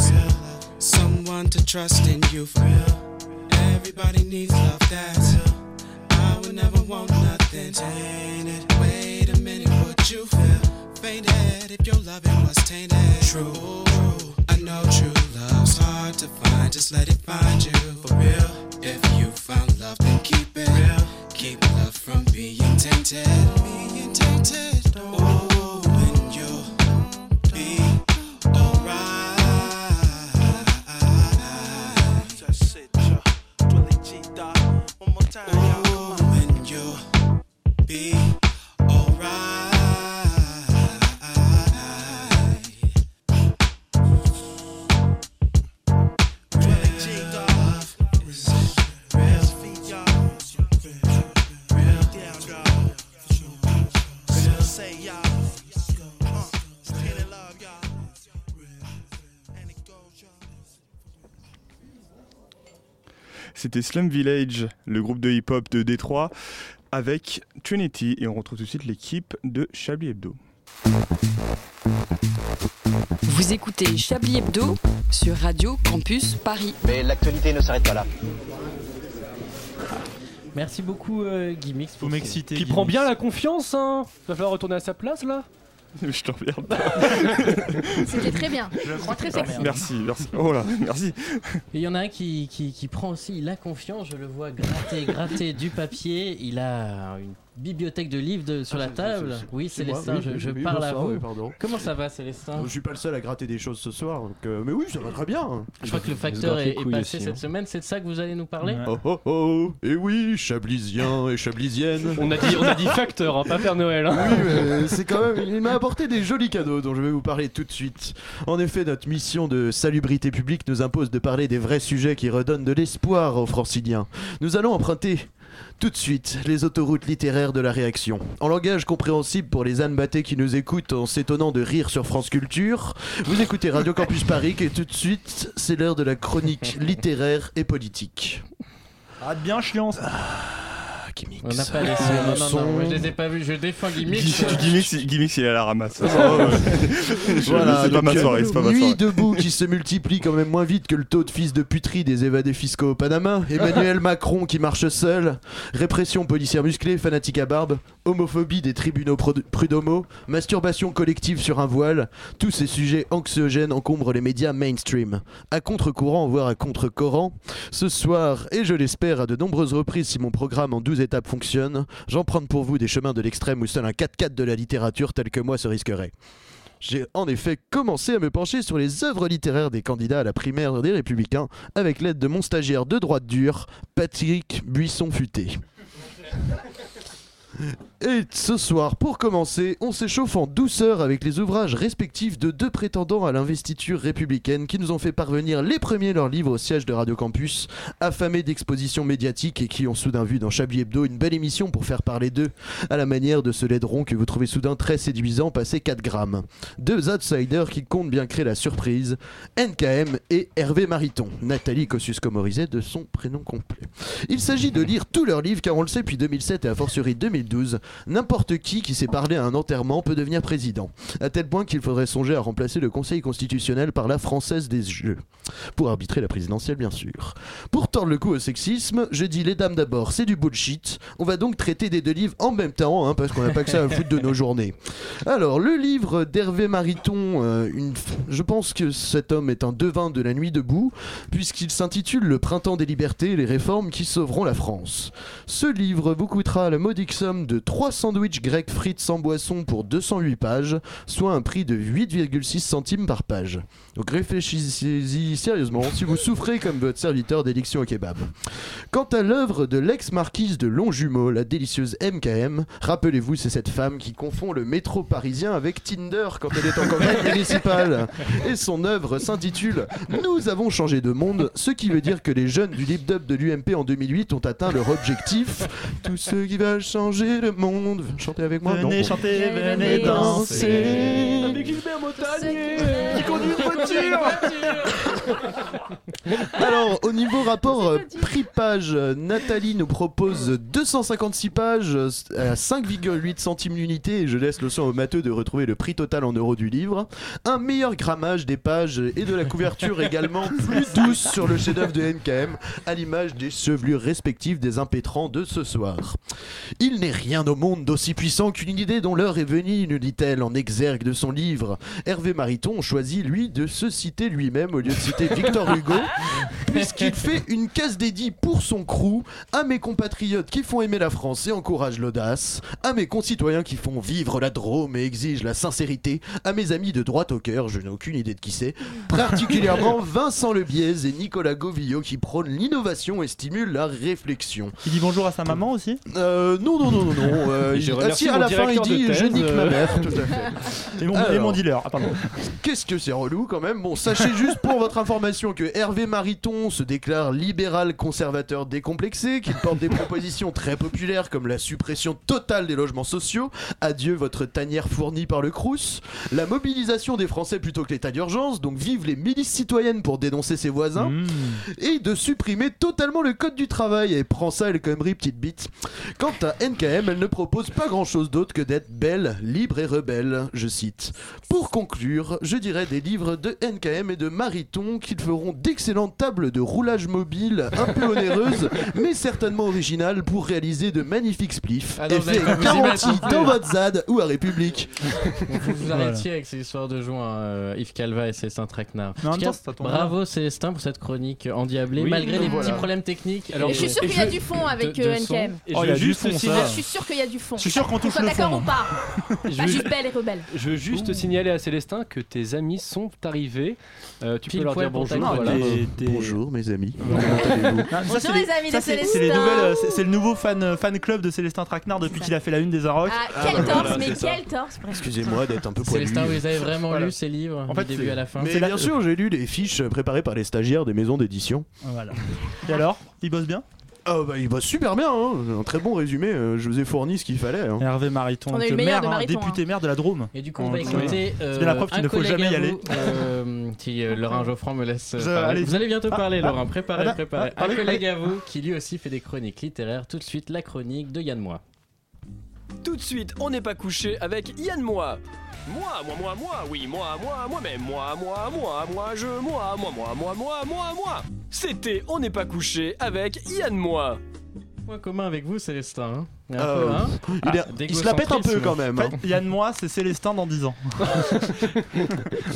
S24: someone to trust in you for real. Everybody needs love that's I would never want nothing tainted. Wait a minute, would you feel fainted if your loving was tainted? True, true. I know true love's hard to find. Just let it find you for real. If you found love, then keep it. Real. Keep love from being tainted. Being tainted. Oh, and you'll be alright.
S21: Just sit, yo. Twilly G dot. One more time, y'all.
S24: Oh, and you'll be alright.
S21: Twilly G dot. Real feet, y'all. Real down, y'all. Real say, y'all. Uh, it's tainted love, y'all. And it goes, y'all.
S18: C'était Slum Village, le groupe de hip-hop de Détroit, avec Trinity, et on retrouve tout de suite l'équipe de Chablis Hebdo.
S8: Vous écoutez Chablis Hebdo sur Radio Campus Paris.
S4: Mais l'actualité ne s'arrête pas là.
S10: Merci beaucoup, euh, Guimix. Vous m'excitez.
S1: Qui prend bien la confiance, hein Va falloir retourner à sa place là
S18: Je t'emmerde.
S7: C'était très bien. C'était très sexy.
S18: Merci, merci. Oh là, merci.
S10: Ah. Il y en a un qui, qui, qui prend aussi la confiance, je le vois gratter, gratter du papier. Il a une bibliothèque de livres de- sur la table. oui,
S11: c'est
S10: Célestin,
S11: moi, oui,
S10: je,
S11: oui,
S10: je
S11: oui,
S10: parle
S11: bonsoir,
S10: à
S11: oui,
S10: vous.
S11: pardon.
S10: Comment ça va, Célestin
S11: Je suis pas le seul à gratter des choses ce soir, donc, euh, mais oui, ça va très bien.
S10: Je crois que le facteur est, est passé
S11: hein.
S10: cette semaine, c'est de ça que vous allez nous parler
S11: Oh oh oh, et oui, chablisien et chablisienne.
S1: On a dit, on a dit facteur, hein, pas Père Noël. hein.
S11: Oui, mais c'est quand même. Il m'a apporté des jolis cadeaux dont je vais vous parler tout de suite. En effet, notre mission de salubrité publique nous impose de parler des vrais sujets qui redonnent de l'espoir aux franciliens. Nous allons emprunter. Tout de suite, les autoroutes littéraires de la réaction. En langage compréhensible pour les ânes battés qui nous écoutent en s'étonnant de rire sur France Culture, vous écoutez Radio Campus Paris et tout de suite, c'est l'heure
S6: Ah,
S11: de la chronique littéraire et politique.
S6: Arrête bien chiant.
S11: qui mixe.
S10: On n'a pas laissé.
S6: Ah,
S11: Ah,
S10: Non, non, non, moi, je les ai pas vus. Je défends euh. Gimmicks.
S11: euh,
S18: Gimmix, Gimmix, il est à la ramasse. Je-
S11: Voilà,
S18: c'est pas
S11: donc,
S18: ma soirée,
S11: euh,
S18: c'est pas ma
S11: Nuit
S18: soirée.
S11: debout qui se multiplie quand même moins vite que le taux de fils de puterie des évadés fiscaux au Panama. Emmanuel Macron qui marche seul. Répression policière musclée, fanatique à barbe. Homophobie des tribunaux prod- prud'homaux. Masturbation collective sur un voile. Tous ces sujets anxiogènes encombrent les médias mainstream. À contre-courant, voire à contre-coran. Ce soir, et je l'espère à de nombreuses reprises si mon programme en 12 étapes fonctionne, j'emprunte pour vous des chemins de l'extrême où seul un 4x4 de la littérature tel que moi se risquerait. J'ai en effet commencé à me pencher sur les œuvres littéraires des candidats à la primaire des Républicains avec l'aide de mon stagiaire de droite dure, Patrick Buisson-Futé. Et ce soir, pour commencer, on s'échauffe en douceur avec les ouvrages respectifs de deux prétendants à l'investiture républicaine qui nous ont fait parvenir les premiers leurs livres au siège de Radio Campus, affamés d'expositions médiatiques et qui ont soudain vu dans Chablis Hebdo une belle émission pour faire parler d'eux, à la manière de ce laidron que vous trouvez soudain très séduisant passé 4 grammes. Deux outsiders qui comptent bien créer la surprise, NKM et Hervé Mariton, Nathalie Kosciusko-Morizet de son prénom complet. Il s'agit de lire tous leurs livres car on le sait depuis 2007 et a fortiori 2012, n'importe qui qui s'est parlé à un enterrement peut devenir président, à tel point qu'il faudrait songer à remplacer le Conseil constitutionnel par la Française des Jeux, pour arbitrer la présidentielle bien sûr. Pour tordre le coup au sexisme, je dis les dames d'abord, c'est du bullshit, on va donc traiter des deux livres en même temps, hein, parce qu'on n'a pas que ça à foutre de nos journées. Alors, le livre d'Hervé Mariton, euh, une f- je pense que cet homme est un devin de la nuit debout, puisqu'il s'intitule Le printemps des libertés, les réformes qui sauveront la France. Ce livre vous coûtera la modique somme de 3 sandwichs grecs frites sans boisson pour 208 pages, soit un prix de 8,6 centimes par page. Donc réfléchissez-y sérieusement si vous souffrez comme votre serviteur d'édiction au kebab. Quant à l'œuvre de l'ex-marquise de Longjumeau, la délicieuse MKM, rappelez-vous, c'est cette femme qui confond le métro parisien avec Tinder quand elle est en campagne municipale. Et son œuvre s'intitule Nous avons changé de monde, ce qui veut dire que les jeunes du Lip Dub de l'UMP en 2008 ont atteint leur objectif. Tous ceux qui veulent changer le monde, chantez avec moi. non,
S6: Venez
S11: bon.
S6: chanter, venez danser.
S12: Avec Gilbert Montagnier qui conduit une voiture.
S11: Alors, au niveau rapport euh, prix-page, euh, Nathalie nous propose 256 pages euh, à 5,8 centimes l'unité et je laisse le soin au matheux de retrouver le prix total en euros du livre. Un meilleur grammage des pages et de la couverture également plus douce sur le chef-d'œuvre de MKM, à l'image des chevelures respectives des impétrants de ce soir. Il n'est rien au monde d'aussi puissant qu'une idée dont l'heure est venue, nous dit-elle en exergue de son livre. Hervé Mariton choisit, lui, de se citer lui-même au lieu de citer Victor Hugo, puisqu'il fait une case dédiée pour son crew à mes compatriotes qui font aimer la France et encouragent l'audace, à mes concitoyens qui font vivre la drôme et exigent la sincérité, à mes amis de droite au cœur, je n'ai aucune idée de qui c'est, particulièrement Vincent Lebiez et Nicolas Govillot qui prônent l'innovation et stimulent la réflexion.
S6: Il dit bonjour à sa maman aussi
S11: Euh, non, non, non, non, non. euh,
S6: Et je
S11: il- ah,
S6: remercie
S11: si, à
S6: mon
S11: la fin, il
S6: directeur de
S11: dit je
S6: thèse,
S11: nique ma
S6: euh,
S11: mère. Tout à fait.
S6: Et mon- et mon dealer. Ah, pardon.
S11: Qu'est-ce que c'est relou quand même. Bon, sachez juste pour votre information que Hervé Mariton se déclare libéral conservateur décomplexé, qu'il porte des propositions très populaires comme la suppression totale des logements sociaux, adieu votre tanière fournie par le Crous, la mobilisation des Français plutôt que l'état d'urgence, donc vive les milices citoyennes pour dénoncer ses voisins,
S6: Mmh.
S11: et de supprimer totalement le code du travail. Et prends ça, elle connerie, petite bite. Quant à NKM, elle ne propose pas grand chose d'autre que d'être belle, libre et rebelle, je cite. Pour conclure, je dirais des livres de NKM et de Mariton qui feront d'excellentes tables de roulage mobile, un peu onéreuses, mais certainement originales pour réaliser de magnifiques spliffs.
S10: Ah non, vous
S11: Effet
S10: allez pas vous y
S11: garanti
S10: mettre non plus.
S11: dans votre ZAD ou à République.
S10: Vous vous
S11: Voilà.
S10: arrêtiez avec ces histoires de joints, euh, Yves Calva et Célestin Traquenard.
S6: Mais en même
S10: Tiens,
S6: temps, ça tombe
S10: bravo Célestin pour cette chronique endiablée,
S6: Oui,
S10: malgré
S6: donc
S10: les petits
S6: voilà.
S10: problèmes techniques.
S7: je suis sûr qu'il y a du fond avec
S10: de- de
S7: euh,
S10: son.
S7: NKM.
S10: Et Oh, je il y a veux du juste fond, aussi- ça.
S7: Je suis sûr qu'il y a du fond.
S1: Je suis sûr qu'on touche
S7: Qu'on soit
S1: le
S7: d'accord
S1: fond.
S7: ou pas.
S1: Je
S7: Pas
S1: veux-
S7: juste belle et rebelle.
S1: Je veux juste signaler à Célestin que tes amis sont arrivés. Euh, tu
S10: Pile
S1: peux leur
S10: poil
S1: dire
S10: pour ta
S1: bonjour.
S10: gueule.
S1: voilà.
S10: T'es-
S11: Bonjour mes amis.
S7: Bonjour, les amis de
S6: ça, c'est-
S7: Célestin.
S6: c'est les nouvelles, euh, c'est- c'est le nouveau fan, euh, fan club de Célestin Traquenard depuis qu'il a fait la une des Arocs.
S7: Ah, quel torse, mais quel torse. bref.
S11: Excusez-moi d'être un peu poilu.
S10: Célestin, vous avez vraiment
S6: Voilà.
S10: lu ces livres
S6: En fait,
S10: du début
S6: c'est- euh,
S10: à la fin
S11: Mais bien sûr, j'ai lu les fiches préparées par les stagiaires des maisons d'édition.
S6: Voilà. Et alors Il bosse bien
S11: Ah bah, il va super bien, hein. un très bon résumé. euh, je vous ai fourni ce qu'il fallait. hein.
S6: Hervé Mariton,
S10: On a eu le meilleur de Mariton, hein.
S6: député maire de la Drôme.
S10: Et du coup, on va écouter. euh,
S6: C'est bien la preuve
S10: un
S6: qu'il ne faut
S10: collègue
S6: jamais y
S10: à
S6: aller.
S10: vous, euh, si euh, Laurent Geoffrand me laisse. euh,
S6: Je-
S10: parler.
S6: allez-y.
S10: Vous allez bientôt
S6: Ah,
S10: parler,
S6: ah,
S10: Laurent. Préparez,
S6: ah,
S10: préparez.
S6: ah,
S10: un
S6: allez,
S10: collègue
S6: allez.
S10: à vous qui lui aussi fait des chroniques littéraires. Tout de suite, la chronique de Yann Moi.
S17: Tout de suite, on n'est pas couché avec Yann Moi. Moi, moi, moi, moi, oui, moi, moi, moi-même, moi, moi, moi, moi, je, moi, moi, moi, moi, moi, moi, moi. C'était On n'est pas couché avec Yann Moi.
S10: Point commun avec vous, Célestin. hein Un
S6: Euh,
S10: peu, hein
S6: il est-
S10: Ah,
S6: il se la pète un peu quand même.
S10: hein.
S6: Yann Moi, c'est Célestin dans 10 ans.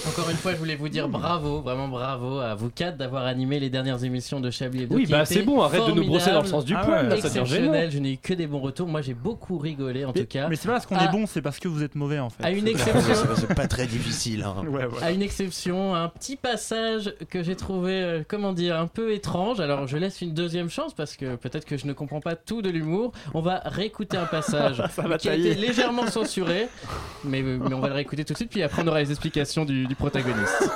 S10: Encore une fois, je voulais vous dire bravo, vraiment bravo à vous quatre d'avoir animé les dernières émissions de Chablis Hebdo.
S1: Oui,
S10: qui
S1: bah,
S10: étaient
S1: c'est bon, arrête de nous
S10: formidables,
S1: brosser dans le sens du poil, là, ça devient
S10: Exceptionnel,
S1: gênant.
S10: je n'ai eu que des bons retours. Moi, j'ai beaucoup rigolé en tout cas.
S6: Mais c'est pas parce qu'on
S10: Ah,
S6: est bon, c'est parce que vous êtes mauvais en fait.
S10: À une exception.
S11: C'est pas très difficile. Hein.
S6: Ouais, ouais.
S10: À une exception, un petit passage que j'ai trouvé, euh, comment dire, un peu étrange. Alors je laisse une deuxième chance parce que peut-être que je ne comprends pas tout de l'humour. On va réécouter un passage
S6: Ça va
S10: qui a
S6: tailler.
S10: été légèrement censuré, mais, euh, mais on va le réécouter tout de suite. Puis après on aura les explications du, du protagoniste.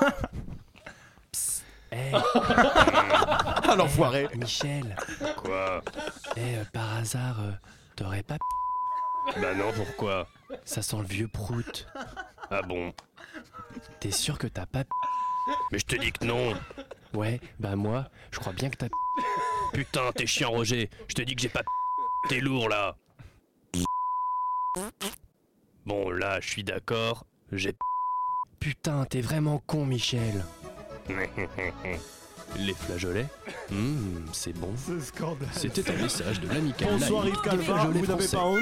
S11: Ah l'enfoiré
S2: Eh. Michel
S16: Quoi
S2: Eh, euh, par hasard, euh, t'aurais pas...
S16: Bah non, pourquoi
S2: Ça sent le vieux prout.
S16: Ah bon
S2: T'es sûr que t'as pas...
S16: Mais je te dis que non
S2: Ouais, bah moi, je crois bien que t'as...
S16: Putain, t'es chiant, Roger Je te dis que j'ai pas T'es lourd, là Bon, là, je suis d'accord, j'ai
S2: Putain, t'es vraiment con, Michel.
S16: Les flageolets Hum, c'est bon.
S2: C'est scandaleux.
S16: C'était un message de l'amical.
S2: Bonsoir,
S16: Live
S2: Yves
S16: des
S2: Calva,
S16: flageolets
S2: vous n'avez
S16: français.
S2: pas honte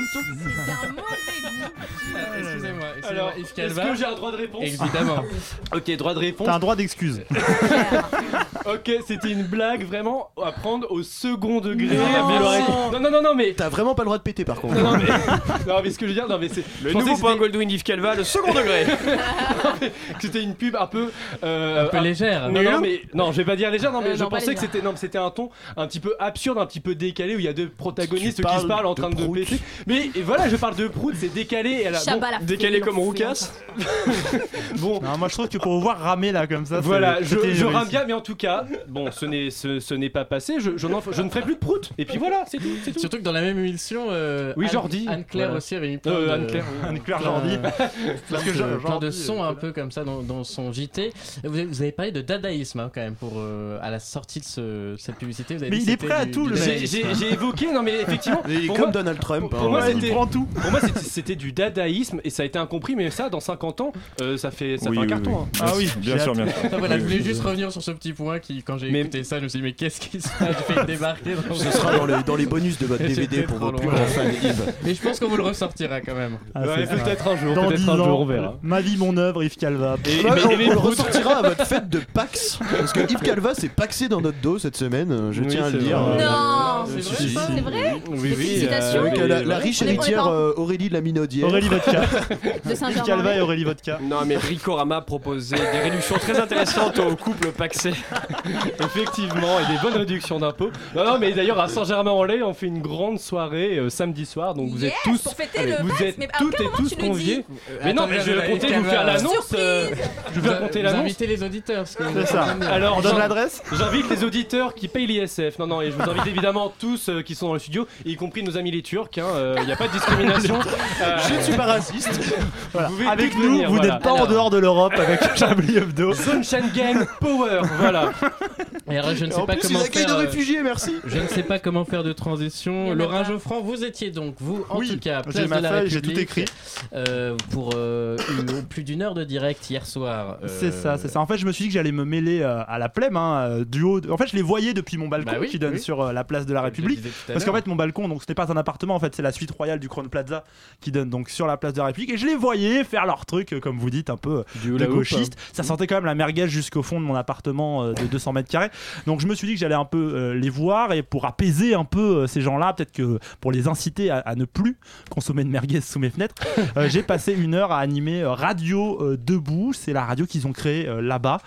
S10: Excusez-moi. excusez-moi,
S1: Alors,
S10: Yves
S1: est-ce
S10: Calva.
S1: que j'ai un droit de réponse
S10: Évidemment.
S1: ok, droit de réponse.
S6: T'as un droit d'excuse.
S1: Ok, c'était une blague vraiment à prendre au second degré.
S11: Non,
S1: à bien l'oreille.
S11: non.
S1: non, non, non, non, mais.
S11: T'as vraiment pas le droit de péter par contre.
S1: Non, non, mais, non, mais ce que je veux dire, non, mais c'est.
S17: Le
S1: je pensais
S17: nouveau
S1: que
S17: point Goldwyn Yves Calva, le second degré.
S1: que c'était une pub un peu. euh,
S10: Un peu légère.
S1: Non,
S10: Nulle.
S1: non, mais, non, je vais pas dire légère, non, mais
S10: Euh,
S1: je
S10: non, pas
S1: pensais que
S10: légère.
S1: c'était non, mais c'était un ton un petit peu absurde, un petit peu décalé où il y a deux protagonistes qui se
S17: parles
S1: parlent en
S17: de
S1: train de péter. Mais et voilà, je parle de Prout, c'est décalé. Et alors,
S7: Chabat l'a fait,
S1: décalé
S7: il
S1: comme
S7: en fait
S1: Roucas. bon.
S6: Non, moi je trouve que pour vous voir ramer là comme ça, c'est-
S1: Voilà, je,
S6: c'était
S1: je
S6: une
S1: rame bien, mais en tout cas, bon, ce n'est ce, ce n'est pas passé. Je, je, n'en- je ne ferai plus de prout. Et puis voilà, c'est tout. c'est tout.
S10: Surtout que dans la même émission, euh,
S1: Oui,
S10: Anne-
S1: Jordi.
S10: Anne-Claire
S1: Voilà.
S10: aussi avait mis
S1: Euh,
S10: de-
S1: Anne-Claire, oui. Anne-Claire Jordi.
S10: plein-
S1: Parce que
S10: plein de,
S1: Jordi,
S10: plein de
S1: euh,
S10: sons un peu comme ça dans, dans son JT. Vous avez, vous avez parlé de dadaïsme hein, quand même pour euh, à la sortie de ce- cette publicité. Vous avez
S1: Mais
S10: dit
S1: il est
S10: c'était
S1: prêt à
S10: du-
S1: tout,
S10: du
S1: le mec.
S10: dadaïsme.
S1: J'ai- j'ai évoqué, non, mais effectivement,
S11: Il est
S1: pour
S11: comme
S1: moi-
S11: Donald Trump. hein.
S1: Pour moi,
S11: Ouais, il
S1: c'était-
S11: prend tout.
S1: pour moi, c'était- c'était du dadaïsme et ça a été incompris, mais ça, dans 50 ans, euh, ça fait, ça
S18: Oui,
S1: fait un
S18: oui,
S1: carton.
S18: oui.
S1: hein.
S18: Ah oui, bien
S1: J'ai
S18: sûr,
S1: hâte.
S18: bien sûr.
S10: Enfin, voilà, je voulais juste
S1: re-
S10: revenir sur ce petit point qui, quand j'ai
S1: Mais-
S10: écouté ça, je me suis dit, mais qu'est-ce qui se passe Je vais débarquer dans
S11: Ce sera dans les- dans les bonus de votre
S10: J'étais
S11: DVD pour
S10: trop
S11: vos plus
S10: loin.
S11: grands fans, Yves.
S10: Mais je pense qu'on vous le ressortira quand même.
S6: Ah, c'est ça. Dans
S10: Dans
S6: 10
S10: dix ans.
S6: ans, Ma vie, mon œuvre, Yves Calva.
S11: Et,
S6: Bah,
S11: on,
S6: on-
S11: on le
S6: on-
S11: ressortira à votre fête de Pax. Parce que Yves Calva s'est paxé dans notre dos cette semaine, euh, je
S1: Oui,
S11: tiens à le
S1: c'est
S11: dire.
S1: vrai.
S11: Euh, euh,
S1: Non, c'est
S11: si,
S1: vrai,
S11: si,
S1: ça,
S11: si.
S9: Ah,
S1: c'est vrai Oui, oui, Félicitations.
S11: Avec euh, la, la
S1: On est-
S11: riche
S1: on est
S11: héritière
S1: parents.
S11: euh, Aurélie Laminaudière.
S6: Aurélie Vodka.
S7: De
S6: Yves
S7: Saint-Germain.
S6: Calva et Aurélie Vodka.
S17: Non mais Ricorama proposait des réductions très intéressantes aux couples paxés.
S1: Effectivement, et des bonnes réductions d'impôts. Non, non, mais d'ailleurs, à Saint-Germain-en-Laye, on fait une grande soirée euh, samedi soir, donc vous
S3: Yes,
S1: êtes tous,
S3: pour fêter le
S1: vous
S3: Pax,
S1: êtes
S3: mais à
S1: toutes
S3: quel
S1: et
S3: moment
S1: tous
S3: tu nous
S1: conviés.
S3: dis
S1: mais non,
S10: Attends,
S1: mais je
S10: attends,
S1: comptais
S10: attends,
S1: vous faire
S10: attends.
S1: l'annonce. euh, je vais
S10: Vous-
S1: raconter
S10: vous
S1: l'annonce.
S10: invitez les auditeurs. parce que-
S1: Alors, j'in-
S10: j'en-
S1: J'invite les auditeurs qui payent l'ISF. Non, non, et je vous invite évidemment tous euh, qui sont dans le studio, y compris nos amis les Turcs. Il n'y a pas de discrimination. Euh,
S11: Je ne suis pas raciste.
S1: Voilà.
S6: Voilà. Avec nous, vous n'êtes pas en
S1: Alors,
S6: dehors de l'Europe avec Chablis Hebdo.
S1: Sunshine Gang Power, voilà.
S10: Et alors, je ne sais
S11: En
S10: pas
S11: plus,
S10: comment
S11: ils accueillent
S10: faire,
S11: des
S10: euh,
S11: réfugiés, merci.
S10: Je ne sais pas comment faire de transition. Laurent Geoffrand, vous étiez donc, vous, en tout cas,
S6: j'ai
S10: place
S6: ma
S10: de la
S6: feuille, j'ai tout
S10: République,
S6: écrit.
S10: euh, pour euh, une- plus d'une heure de direct hier soir. euh,
S6: C'est ça, c'est ça. En fait, je me suis dit que j'allais me mêler euh, à la plème, hein, euh, du haut. de- En fait, je les voyais depuis mon balcon
S10: Bah oui,
S6: qui donne
S10: oui.
S6: sur euh, la place de la République.
S10: disais tout à
S6: Parce qu'en
S10: l'heure.
S6: fait, mon balcon, donc ce n'est pas un appartement, en fait, c'est la suite royale du Crown Plaza qui donne donc sur la place de la République. Et je les voyais faire leur truc, euh, comme vous dites, un peu euh,
S1: haut
S6: de
S1: la houppe,
S10: hein.
S6: gauchiste. Ça sentait quand même la merguez jusqu'au fond de mon appartement euh, de 200 mètres carrés. Donc je me suis dit que j'allais un peu euh, les voir et pour apaiser un peu euh, ces gens-là, peut-être que pour les inciter à, à ne plus consommer de merguez sous mes fenêtres, euh, j'ai passé une heure à animer euh, Radio euh, Debout. C'est la radio qu'ils ont créée euh, là-bas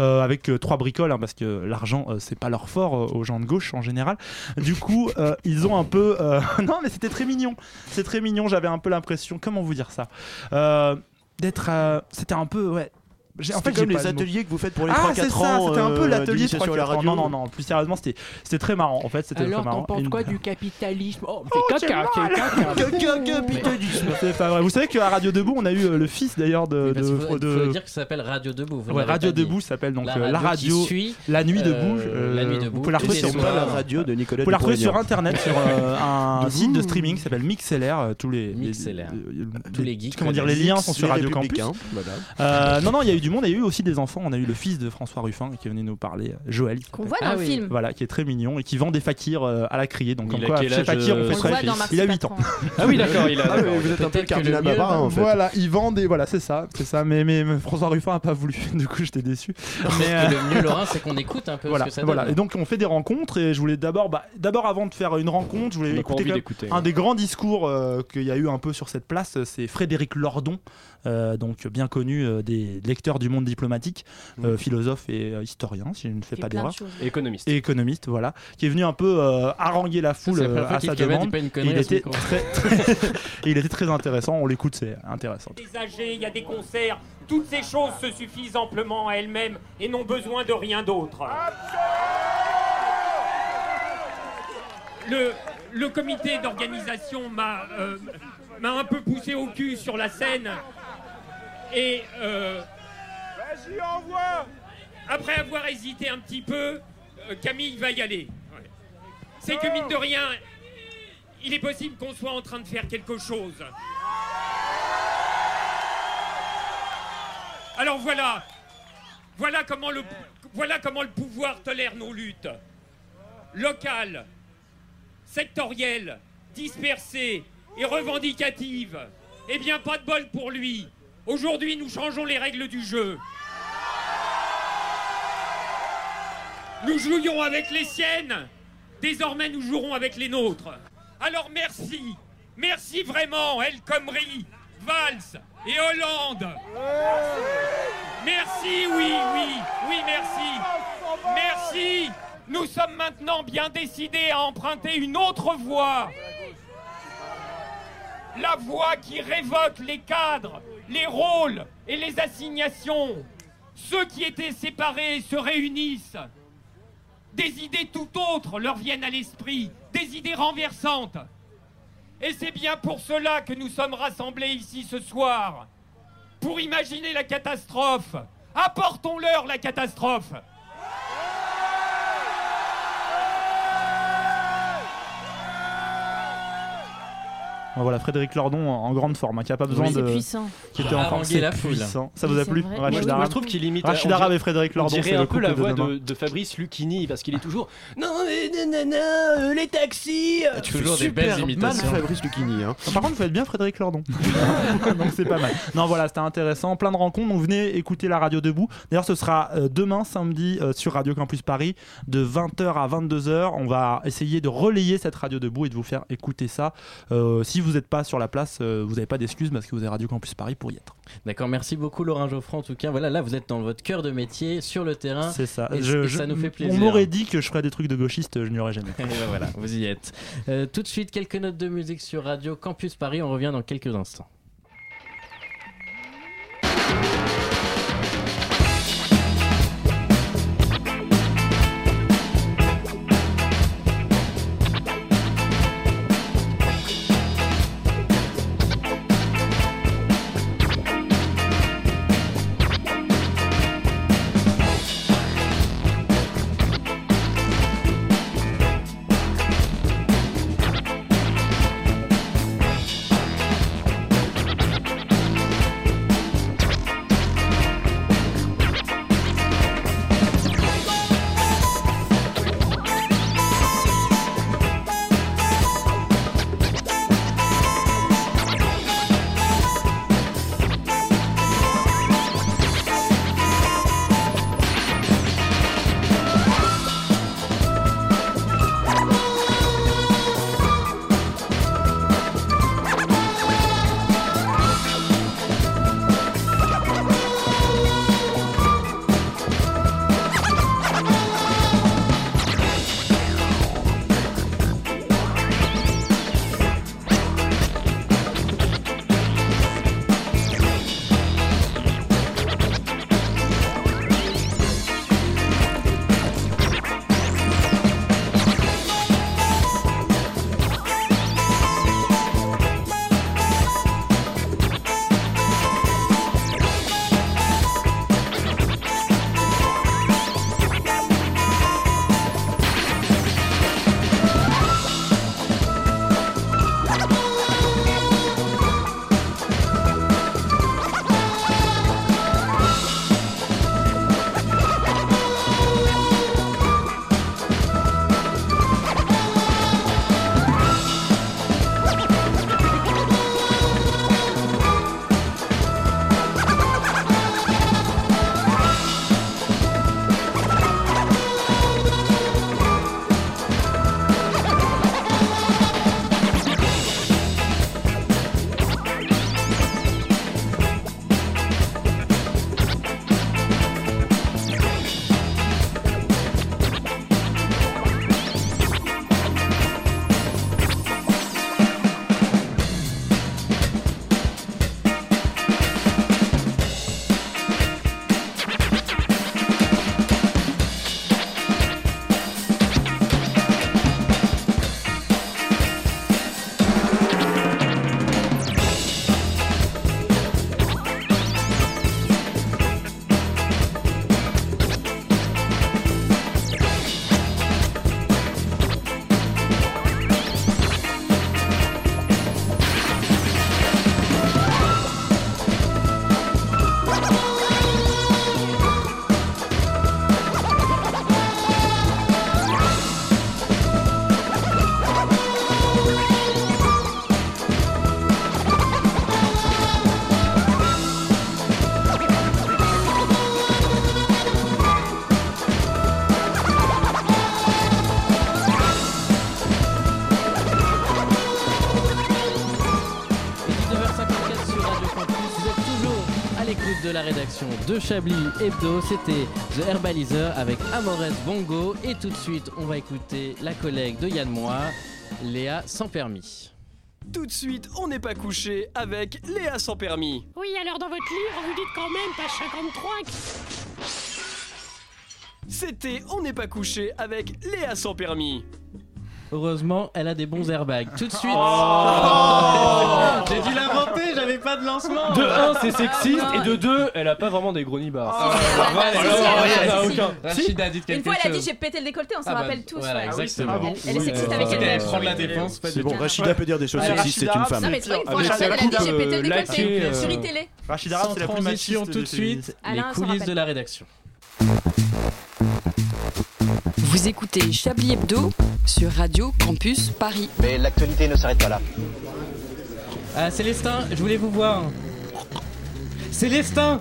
S6: euh, avec euh, trois bricoles hein, parce que l'argent euh, c'est pas leur fort euh, aux gens de gauche en général. Du coup, euh, ils ont un peu. euh, non mais c'était très mignon. C'est très mignon. J'avais un peu l'impression. Comment vous dire ça Euh, D'être. euh, C'était un peu ouais j'ai-
S11: C'était comme
S6: j'ai
S11: les
S6: pas mot.
S11: ateliers que vous faites pour les
S6: Ah,
S11: 3-4
S6: c'est ça,
S11: ans,
S6: C'était un peu
S11: euh,
S6: l'atelier
S11: d'initiation
S6: 3-4
S11: à la
S6: ans.
S11: radio.
S6: Non, non, non. Plus sérieusement, c'était c'était très marrant. En fait, c'était très
S3: Alors, t'en
S6: marrant.
S3: penses
S6: Une-
S3: quoi du capitalisme Oh,
S6: Oh,
S3: c'est
S6: j'ai
S3: caca,
S6: mal.
S3: c'est caca.
S6: C'est pas vrai. Vous savez qu'à Radio Debout, on a eu euh, le fils d'ailleurs de. de,
S10: Faut, faut
S6: de-
S10: dire que ça s'appelle Radio Debout. vous
S6: Ouais,
S10: l'avez
S6: Radio
S10: pas dit.
S6: Debout s'appelle donc
S10: La
S6: euh, la
S10: radio qui
S6: radio,
S10: suit,
S6: la nuit
S10: euh,
S6: debout.
S10: la nuit debout,
S6: Vous pouvez la
S10: tous
S6: retrouver
S10: les
S6: sur
S10: soirs.
S11: Pas la radio de Nicolas
S6: Vous pouvez la retrouver sur
S11: Dupont-Aignan.
S6: internet sur euh, un
S11: Debout.
S6: site de streaming qui s'appelle Mixlr. euh, Tous les
S10: Mixlr.
S6: les-
S10: Tous les geeks
S6: Comment dire Les
S10: connaissent.
S6: liens sont
S10: Mix,
S6: sur
S10: les
S6: Radio Campus.
S10: républicains, voilà.
S6: Euh, Non, non, il y a eu du monde. Il y a eu aussi des enfants. On a eu le fils de François Ruffin qui venait nous parler, euh, Joël. qui
S7: Qu'on
S6: s'appelle.
S7: voit dans Ah le oui. film.
S6: Voilà, qui est très mignon et qui vend des fakirs euh, à la criée. Donc comme
S1: a
S6: quoi,
S1: quel
S6: chez
S1: âge,
S6: fakir,
S1: euh,
S6: on
S1: On
S6: fait
S1: le
S6: très
S1: voit dans
S6: fils. Il a 8 ans.
S1: Ah oui, d'accord, il a-
S11: Ah oui, vous êtes un peu le cardinal Barbarin en fait.
S6: Voilà, Ah, ils vendent des. Voilà, c'est ça, c'est ça. Mais, mais, mais François Ruffin a pas voulu, du coup j'étais déçu. Mais euh,
S10: Et Le mieux, Laurent, euh, c'est qu'on écoute un peu
S6: voilà,
S10: ce que ça
S6: voilà.
S10: donne.
S6: Et donc on fait des rencontres et je voulais d'abord, bah, d'abord avant de faire une rencontre, je voulais
S10: On a pas
S6: écouter,
S10: envie
S6: quand même
S10: d'écouter,
S6: un
S10: ouais.
S6: des grands discours euh, qu'il y a eu un peu sur cette place, c'est Frédéric Lordon, euh, donc bien connu euh, des lecteurs du monde diplomatique, euh, philosophe et euh, historien, si je ne
S1: Fait
S6: fais
S1: plein
S6: pas
S1: de
S6: d'erreur,
S1: choses. Et économiste.
S6: et économiste, voilà, qui est venu un peu euh, haranguer la foule
S1: Ça, c'est la
S6: euh,
S1: première
S6: à
S1: fois
S6: sa
S1: qu'il Kevin dit
S6: demande.
S1: pas une
S6: Et
S1: connerie
S6: il
S1: à ce
S6: était
S1: micro.
S6: très, très- et il était très intéressant. On l'écoute, c'est intéressant.
S5: des âgés, il y a des concerts. Toutes ces choses se suffisent amplement à elles-mêmes et n'ont besoin de rien d'autre. Le, le comité d'organisation m'a euh, m'a un peu poussé au cul sur la scène. Et euh, après avoir hésité un petit peu, euh, Camille va y aller. Ouais. C'est que mine de rien, il est possible qu'on soit en train de faire quelque chose. Alors voilà, voilà comment le, voilà comment le pouvoir tolère nos luttes. Locales, sectorielles, dispersées et revendicatives. Eh bien, pas de bol pour lui. Aujourd'hui, nous changeons les règles du jeu. Nous jouions avec les siennes. Désormais, nous jouerons avec les nôtres. Alors merci. Merci vraiment, El Khomri, Valls et Hollande. Merci, oui, oui, oui, merci. Merci. Nous sommes maintenant bien décidés à emprunter une autre voie. La voie qui révoque les cadres, les rôles et les assignations. Ceux qui étaient séparés se réunissent. Des idées tout autres leur viennent à l'esprit, des idées renversantes. Et c'est bien pour cela que nous sommes rassemblés ici ce soir pour imaginer la catastrophe. Apportons-leur la catastrophe.
S6: Ah, Voilà, Frédéric Lordon en en grande forme, hein, qui a pas besoin
S1: Oui, c'est
S6: de.
S1: puissant.
S6: Qui était en forme.
S1: Haranguer
S6: c'est
S1: la foule.
S6: puissant. Ça vous a
S1: C'est
S6: plu
S1: vrai.
S6: Rachid
S1: Moi, je- moi,
S6: Arabe
S1: je trouve qu'il imite euh,
S6: Rachid
S1: on dirait-
S6: Arabe et Frédéric Lordon.
S1: On dirait
S6: c'est le
S1: un peu
S6: couple
S1: la
S6: de
S1: voix
S6: demain.
S1: de, de Fabrice Lucchini parce qu'il est toujours.
S2: Non, mais nanana, euh, les taxis euh,
S1: Tu fais Toujours des super belles mal, imitations. Fabrice
S11: Lucchini.
S6: hein. Par contre, vous faites bien Frédéric Lordon. donc c'est pas mal. Non, voilà, c'était intéressant. Plein de rencontres. Donc venez écouter la radio debout. D'ailleurs, ce sera euh, demain, samedi, euh, sur Radio Campus Paris, de 20h à 22h. On va essayer de relayer cette radio debout et de vous faire écouter ça. Euh, si vous n'êtes pas sur la place, euh, vous n'avez pas d'excuses parce que vous avez Radio Campus Paris pour y être.
S10: D'accord, merci beaucoup Laurent Geoffrand. En tout cas, voilà, là vous êtes dans votre cœur de métier, sur le terrain.
S6: C'est ça.
S10: Et,
S6: Je-
S10: et
S6: je-
S10: ça nous fait plaisir.
S6: On m'aurait dit que je ferais des trucs de gauchiste, je n'y aurais jamais.
S10: Et ben voilà, vous y êtes. Euh, tout de suite, quelques notes de musique sur Radio Campus Paris. On revient dans quelques instants.
S9: Thank
S10: de la rédaction de Chablis Hebdo, c'était The Herbalizer avec Amores Bongo. Et tout de suite, on va écouter la collègue de Yann Moi, Léa Sans Permis.
S17: Tout de suite, on n'est pas couché avec Léa sans permis.
S3: Oui, alors dans votre livre, vous dites quand même, page 53,
S17: C'était On n'est pas couché avec Léa sans permis.
S10: Heureusement, elle a des bons airbags. Tout de suite.
S1: J'ai dû
S10: l'inventer, j'avais pas de lancement.
S1: De 1, c'est sexiste, et de 2, elle a pas vraiment des gros Ah, nibards.
S10: Ah,
S1: Voilà,
S10: si,
S1: voilà,
S10: si,
S1: il y en a
S10: si.
S1: aucun.
S10: Rachida a dit
S9: Une fois, elle a dit j'ai pété le décolleté, on s'en
S10: Ah bah,
S9: rappelle tous.
S10: voilà,
S9: ouais.
S10: exactement.
S9: Elle- Elle est
S1: euh,
S9: sexiste avec elle.
S10: elle prend de la défense, pas
S11: C'est
S10: du
S11: bon,
S10: tout.
S11: Rachida peut dire des choses
S10: Alors,
S11: sexistes, c'est
S10: Rachida,
S11: une femme.
S9: Non, mais c'est vrai, une fois, Rachel, elle a dit j'ai pété
S10: Euh,
S9: le décolleté sur iTélé.
S6: Rachida Arab, c'est la plus
S10: Transition
S6: machiste
S10: tout de
S6: de
S10: suite,
S9: ces-
S10: les
S9: Alain s'en
S10: coulisses
S9: rappelle.
S10: de la rédaction.
S8: Vous écoutez Chablis Hebdo sur Radio Campus Paris.
S4: Mais l'actualité ne s'arrête pas là.
S10: Ah, Célestin, je voulais vous voir. Célestin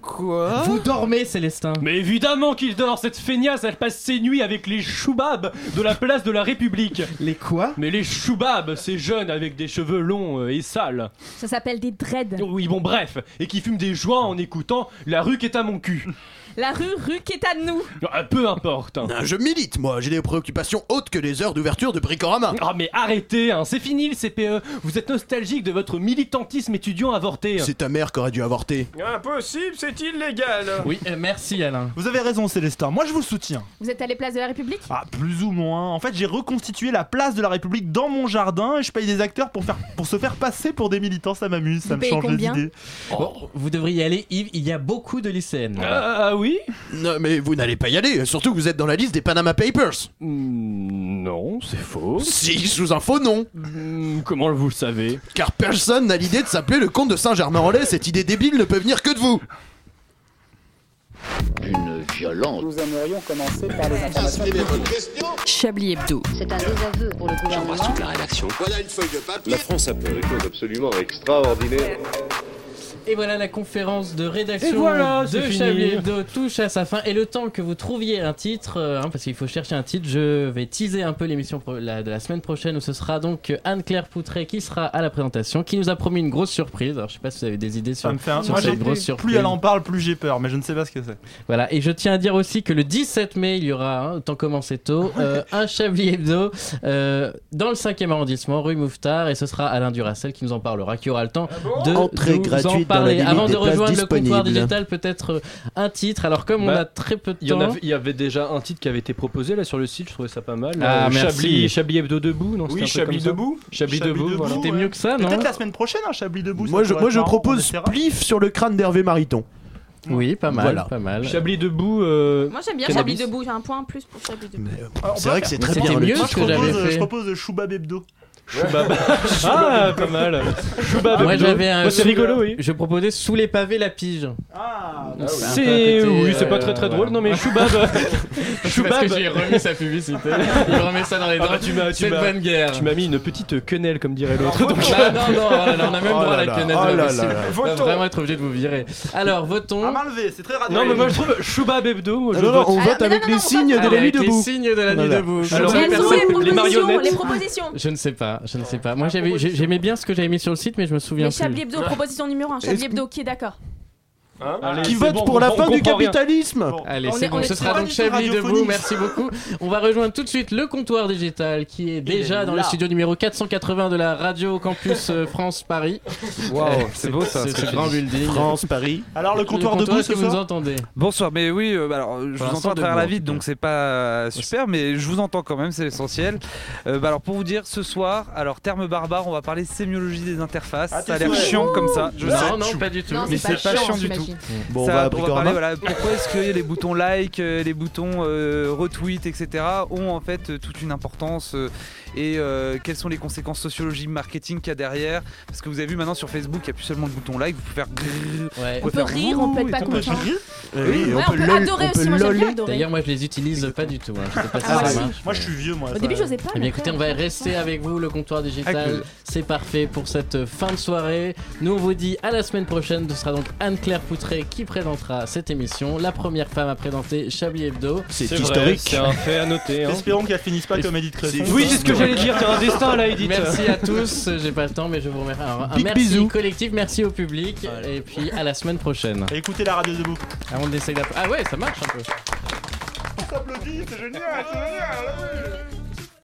S1: Quoi
S10: Vous dormez, Célestin
S1: Mais évidemment qu'il dort Cette feignasse, elle passe ses nuits avec les choubabs de la place de la République
S13: Les quoi
S1: Mais les choubabs, ces jeunes avec des cheveux longs euh, et sales.
S9: Ça s'appelle des dreads.
S1: Oui, bon, bref, et qui fument des joints en écoutant La rue qui est à mon cul.
S9: La rue, rue qui est à nous.
S1: Ah, Peu importe. hein.
S11: Je milite, moi, j'ai des préoccupations hautes que les heures d'ouverture de Bricorama.
S1: Ah mais arrêtez, hein, c'est fini le CPE. Vous êtes nostalgique de votre militantisme étudiant avorté.
S11: C'est ta mère qui aurait dû avorter.
S12: Impossible, c'est illégal.
S10: Oui, euh, merci Alain.
S6: Vous avez raison, Célestin. Moi, je vous soutiens.
S9: Vous êtes allé place de la République
S6: Ah, plus ou moins. En fait, j'ai reconstitué la place de la République dans mon jardin et je paye des acteurs pour, faire, pour se faire passer pour des militants. Ça m'amuse, ça me change les idées.
S10: Oh, Vous devriez y aller, Yves, il y a beaucoup de lycéennes.
S1: Ah oui
S11: Non, mais vous n'allez pas y aller, surtout que vous êtes dans la liste des Panama Papers.
S1: Non, c'est faux.
S11: Si, sous un faux nom.
S10: Hmm,
S1: Comment vous le savez
S11: Car personne n'a l'idée de s'appeler le comte de Saint-Germain-en-Laye, cette idée débile ne peut venir que de vous.
S14: Une violente. Nous aimerions commencer par les informations.
S8: Chablis Hebdo.
S14: C'est un désaveu pour le gouvernement. J'embrasse toute la rédaction. Voilà une feuille de papier. La France a fait des choses absolument extraordinaires.
S10: Et voilà la conférence de rédaction
S1: Et voilà,
S10: de
S1: c'est fini.
S10: Chablis Hebdo touche à sa fin. Et le temps que vous trouviez un titre, euh, hein, parce qu'il faut chercher un titre, je vais teaser un peu l'émission pro- la- de la semaine prochaine où ce sera donc euh, Anne-Claire Poutré qui sera à la présentation, qui nous a promis une grosse surprise. Alors je sais pas si vous avez des idées sur,
S6: Ça me fait un...
S10: sur
S6: Moi, j'ai-
S10: cette grosse surprise.
S6: plus elle en parle, plus j'ai peur, mais je ne sais pas ce que c'est.
S10: Voilà, et je tiens à dire aussi que le 17 mai, il y aura, hein, autant commencer tôt, euh, un Chablis Hebdo euh, dans le 5e arrondissement, rue Mouffetard, et ce sera Alain Duracel qui nous en parlera, qui aura le
S6: Ah
S10: temps de
S13: Entrée
S10: nous
S13: gratuite dans
S10: en
S13: la
S10: parler.
S13: limite
S10: Avant
S13: des
S10: de
S13: places
S10: rejoindre le comptoir
S13: disponibles.
S10: digital, peut-être euh, un titre, alors comme on
S1: Bah,
S10: a très peu de temps...
S1: Il y, en avait, il y avait déjà un titre qui avait été proposé là sur le site, je trouvais ça pas mal.
S10: Ah,
S1: Euh,
S10: merci.
S1: Chablis, Chablis Hebdo debout, non
S10: Oui,
S1: c'était un truc
S10: Chablis
S1: comme ça
S10: debout.
S1: Chablis,
S10: Chablis
S1: debout,
S10: debout,
S1: voilà.
S10: C'était ouais. mieux que ça, non
S6: Peut-être la semaine prochaine, un Chablis debout. ça
S11: Moi, je,
S6: pourrait
S11: moi,
S6: être
S11: je
S6: marrant, on
S11: propose
S6: essaiera.
S11: Spliff sur le crâne d'Hervé Mariton.
S10: Oui, pas mal,
S11: Voilà.
S10: pas mal.
S1: Chablis debout. euh,
S9: Moi j'aime bien Chablis
S1: cannabis.
S9: debout, j'ai un point en plus pour Chablis debout.
S6: Alors, on
S11: C'est
S6: peut
S11: vrai
S6: faire.
S11: que c'est
S6: Mais
S11: très
S6: c'était
S11: bien le
S6: mieux
S11: titre.
S6: que Moi, je
S10: j'avais
S6: propose-
S10: fait.
S6: Je propose Choubab Hebdo.
S1: Choubab. Ah, pas mal. Choubab
S10: Ah, Moi
S1: Hebdo.
S10: j'avais un.
S1: Bah, c'est
S10: sous-
S1: rigolo, oui.
S10: Je proposais sous les pavés la pige. Donc, un peu à
S1: C'est
S10: côté,
S1: oui, c'est pas
S10: euh,
S1: très très
S10: voilà.
S1: drôle, non mais Choubab.
S10: C'est parce que j'ai remis sa publicité. Il remet ça dans les
S1: bah. Ah bah,
S10: droits.
S1: tu m'as, tu
S10: C'est de
S1: m'as-
S10: bonne guerre.
S1: Tu m'as mis une petite quenelle comme dirait l'autre. donc-
S10: Ah non, non, oh là là, on a même
S1: Oh
S10: droit à
S1: là
S10: la
S1: là,
S10: canette
S1: oh
S10: de
S1: là
S10: la
S1: là
S10: piscine.
S1: là.
S10: On va vraiment être obligé de vous virer. Alors, votons.
S6: À main levée, c'est très radical.
S1: Ah, Non mais moi je trouve Choubab Hebdo, moi, je
S11: Non, non,
S1: vote.
S11: on vote Ah, mais avec non, non, les on vote signes de la nuit
S10: Avec les
S11: debout.
S10: signes de la nuit
S11: Voilà.
S10: debout.
S11: Alors,
S10: Je ne sais
S11: quelles
S10: pas.
S11: sont les
S10: Personne-
S9: propositions,
S10: marionnettes.
S9: les propositions
S10: Je ne sais pas, je ne sais pas. Moi j'avais, j'ai- j'aimais bien ce que j'avais mis sur le site, mais je me souviens
S9: Mais
S10: plus.
S9: Chablis
S7: Ah.
S9: Hebdo, proposition numéro 1. Chablis
S10: Est-ce-
S9: Hebdo, qui est d'accord
S1: Allez,
S11: Qui
S1: c'est
S11: vote
S1: bon,
S11: pour
S1: on
S11: la
S1: comprend-
S11: fin
S1: on
S11: du
S1: comprend rien.
S11: capitalisme
S10: Allez,
S1: On
S10: c'est
S1: est-
S10: bon,
S1: on
S10: ce
S1: est
S10: sera
S1: pas
S10: donc
S1: du tout
S10: Chablis debout,
S1: radiophonique.
S10: merci beaucoup. On va rejoindre tout de suite le comptoir digital qui est déjà
S1: est
S10: dans le
S1: là.
S10: studio numéro 480 de la radio Campus euh, France Paris.
S25: Waouh,
S10: Euh,
S25: c'est beau ça.
S10: ce-
S25: ce que
S10: Ce
S25: tu
S10: grand
S25: dis.
S10: building.
S11: Paris.
S6: Alors le comptoir
S10: de
S6: debout,
S10: est-ce
S6: ce
S10: que vous nous
S6: soir
S10: entendez
S25: Bonsoir, mais oui, euh, bah, alors euh, je
S10: Pour
S25: vous
S10: l'instant,
S25: entends à travers
S10: debout,
S25: la
S10: en
S25: vide, donc c'est pas euh, super, mais je vous entends quand même, c'est l'essentiel. Euh, bah, alors pour vous dire, ce soir, alors terme barbare, on va parler sémiologie des interfaces.
S10: Ah,
S25: ça a
S10: t'es
S25: l'air
S10: fou.
S25: chiant comme ça, je
S10: Non,
S25: sais.
S10: non, pas du tout.
S25: mais c'est pas chiant du tout.
S11: Bon, on
S25: Ça,
S11: va à
S25: on va
S11: Bricorama.
S25: parler, voilà, pourquoi est-ce que les boutons like, euh, les boutons euh, retweet, etc. ont en fait euh, toute une importance euh, et euh, quelles sont les conséquences sociologiques, marketing qu'il y a derrière Parce que vous avez vu maintenant sur Facebook, il n'y a plus seulement le bouton like, vous pouvez faire grrr,
S9: On peut rire, on peut être pas content. Ouais,
S10: Oui,
S9: on peut adorer aussi, moi j'aime bien adorer.
S10: D'ailleurs, moi je les utilise pas du tout. hein. Je sais pas si
S6: Ah,
S10: ça
S6: moi,
S10: marche,
S6: moi, je
S10: mais-
S6: suis vieux, moi.
S9: Au début, j'osais pas.
S10: Eh
S9: mais après,
S10: bien écoutez, on va rester avec vous, le comptoir
S6: Avec
S10: digital.
S6: plaisir.
S10: C'est parfait pour cette fin de soirée. Nous on vous dit à la semaine prochaine. Ce sera donc Anne-Claire Poutré montrer qui présentera cette émission. La première femme à présenter Chablis Hebdo.
S1: C'est C'est historique. vrai, c'est un fait à noter, hein. Espérons
S10: qu'elle finisse
S1: pas comme Edith Cresson. Oui, c'est ce que j'allais dire, t'as un destin, là, Edith.
S10: Merci à tous, j'ai pas le temps, mais je vous remercie. Alors, un
S1: Big
S10: merci
S1: bisous.
S10: collectif, merci au public, et puis à la semaine prochaine.
S6: Écoutez la radio debout.
S10: Ah, on essaye d'app- ah ouais, ça marche un peu.
S6: On s'applaudit, c'est génial, c'est génial.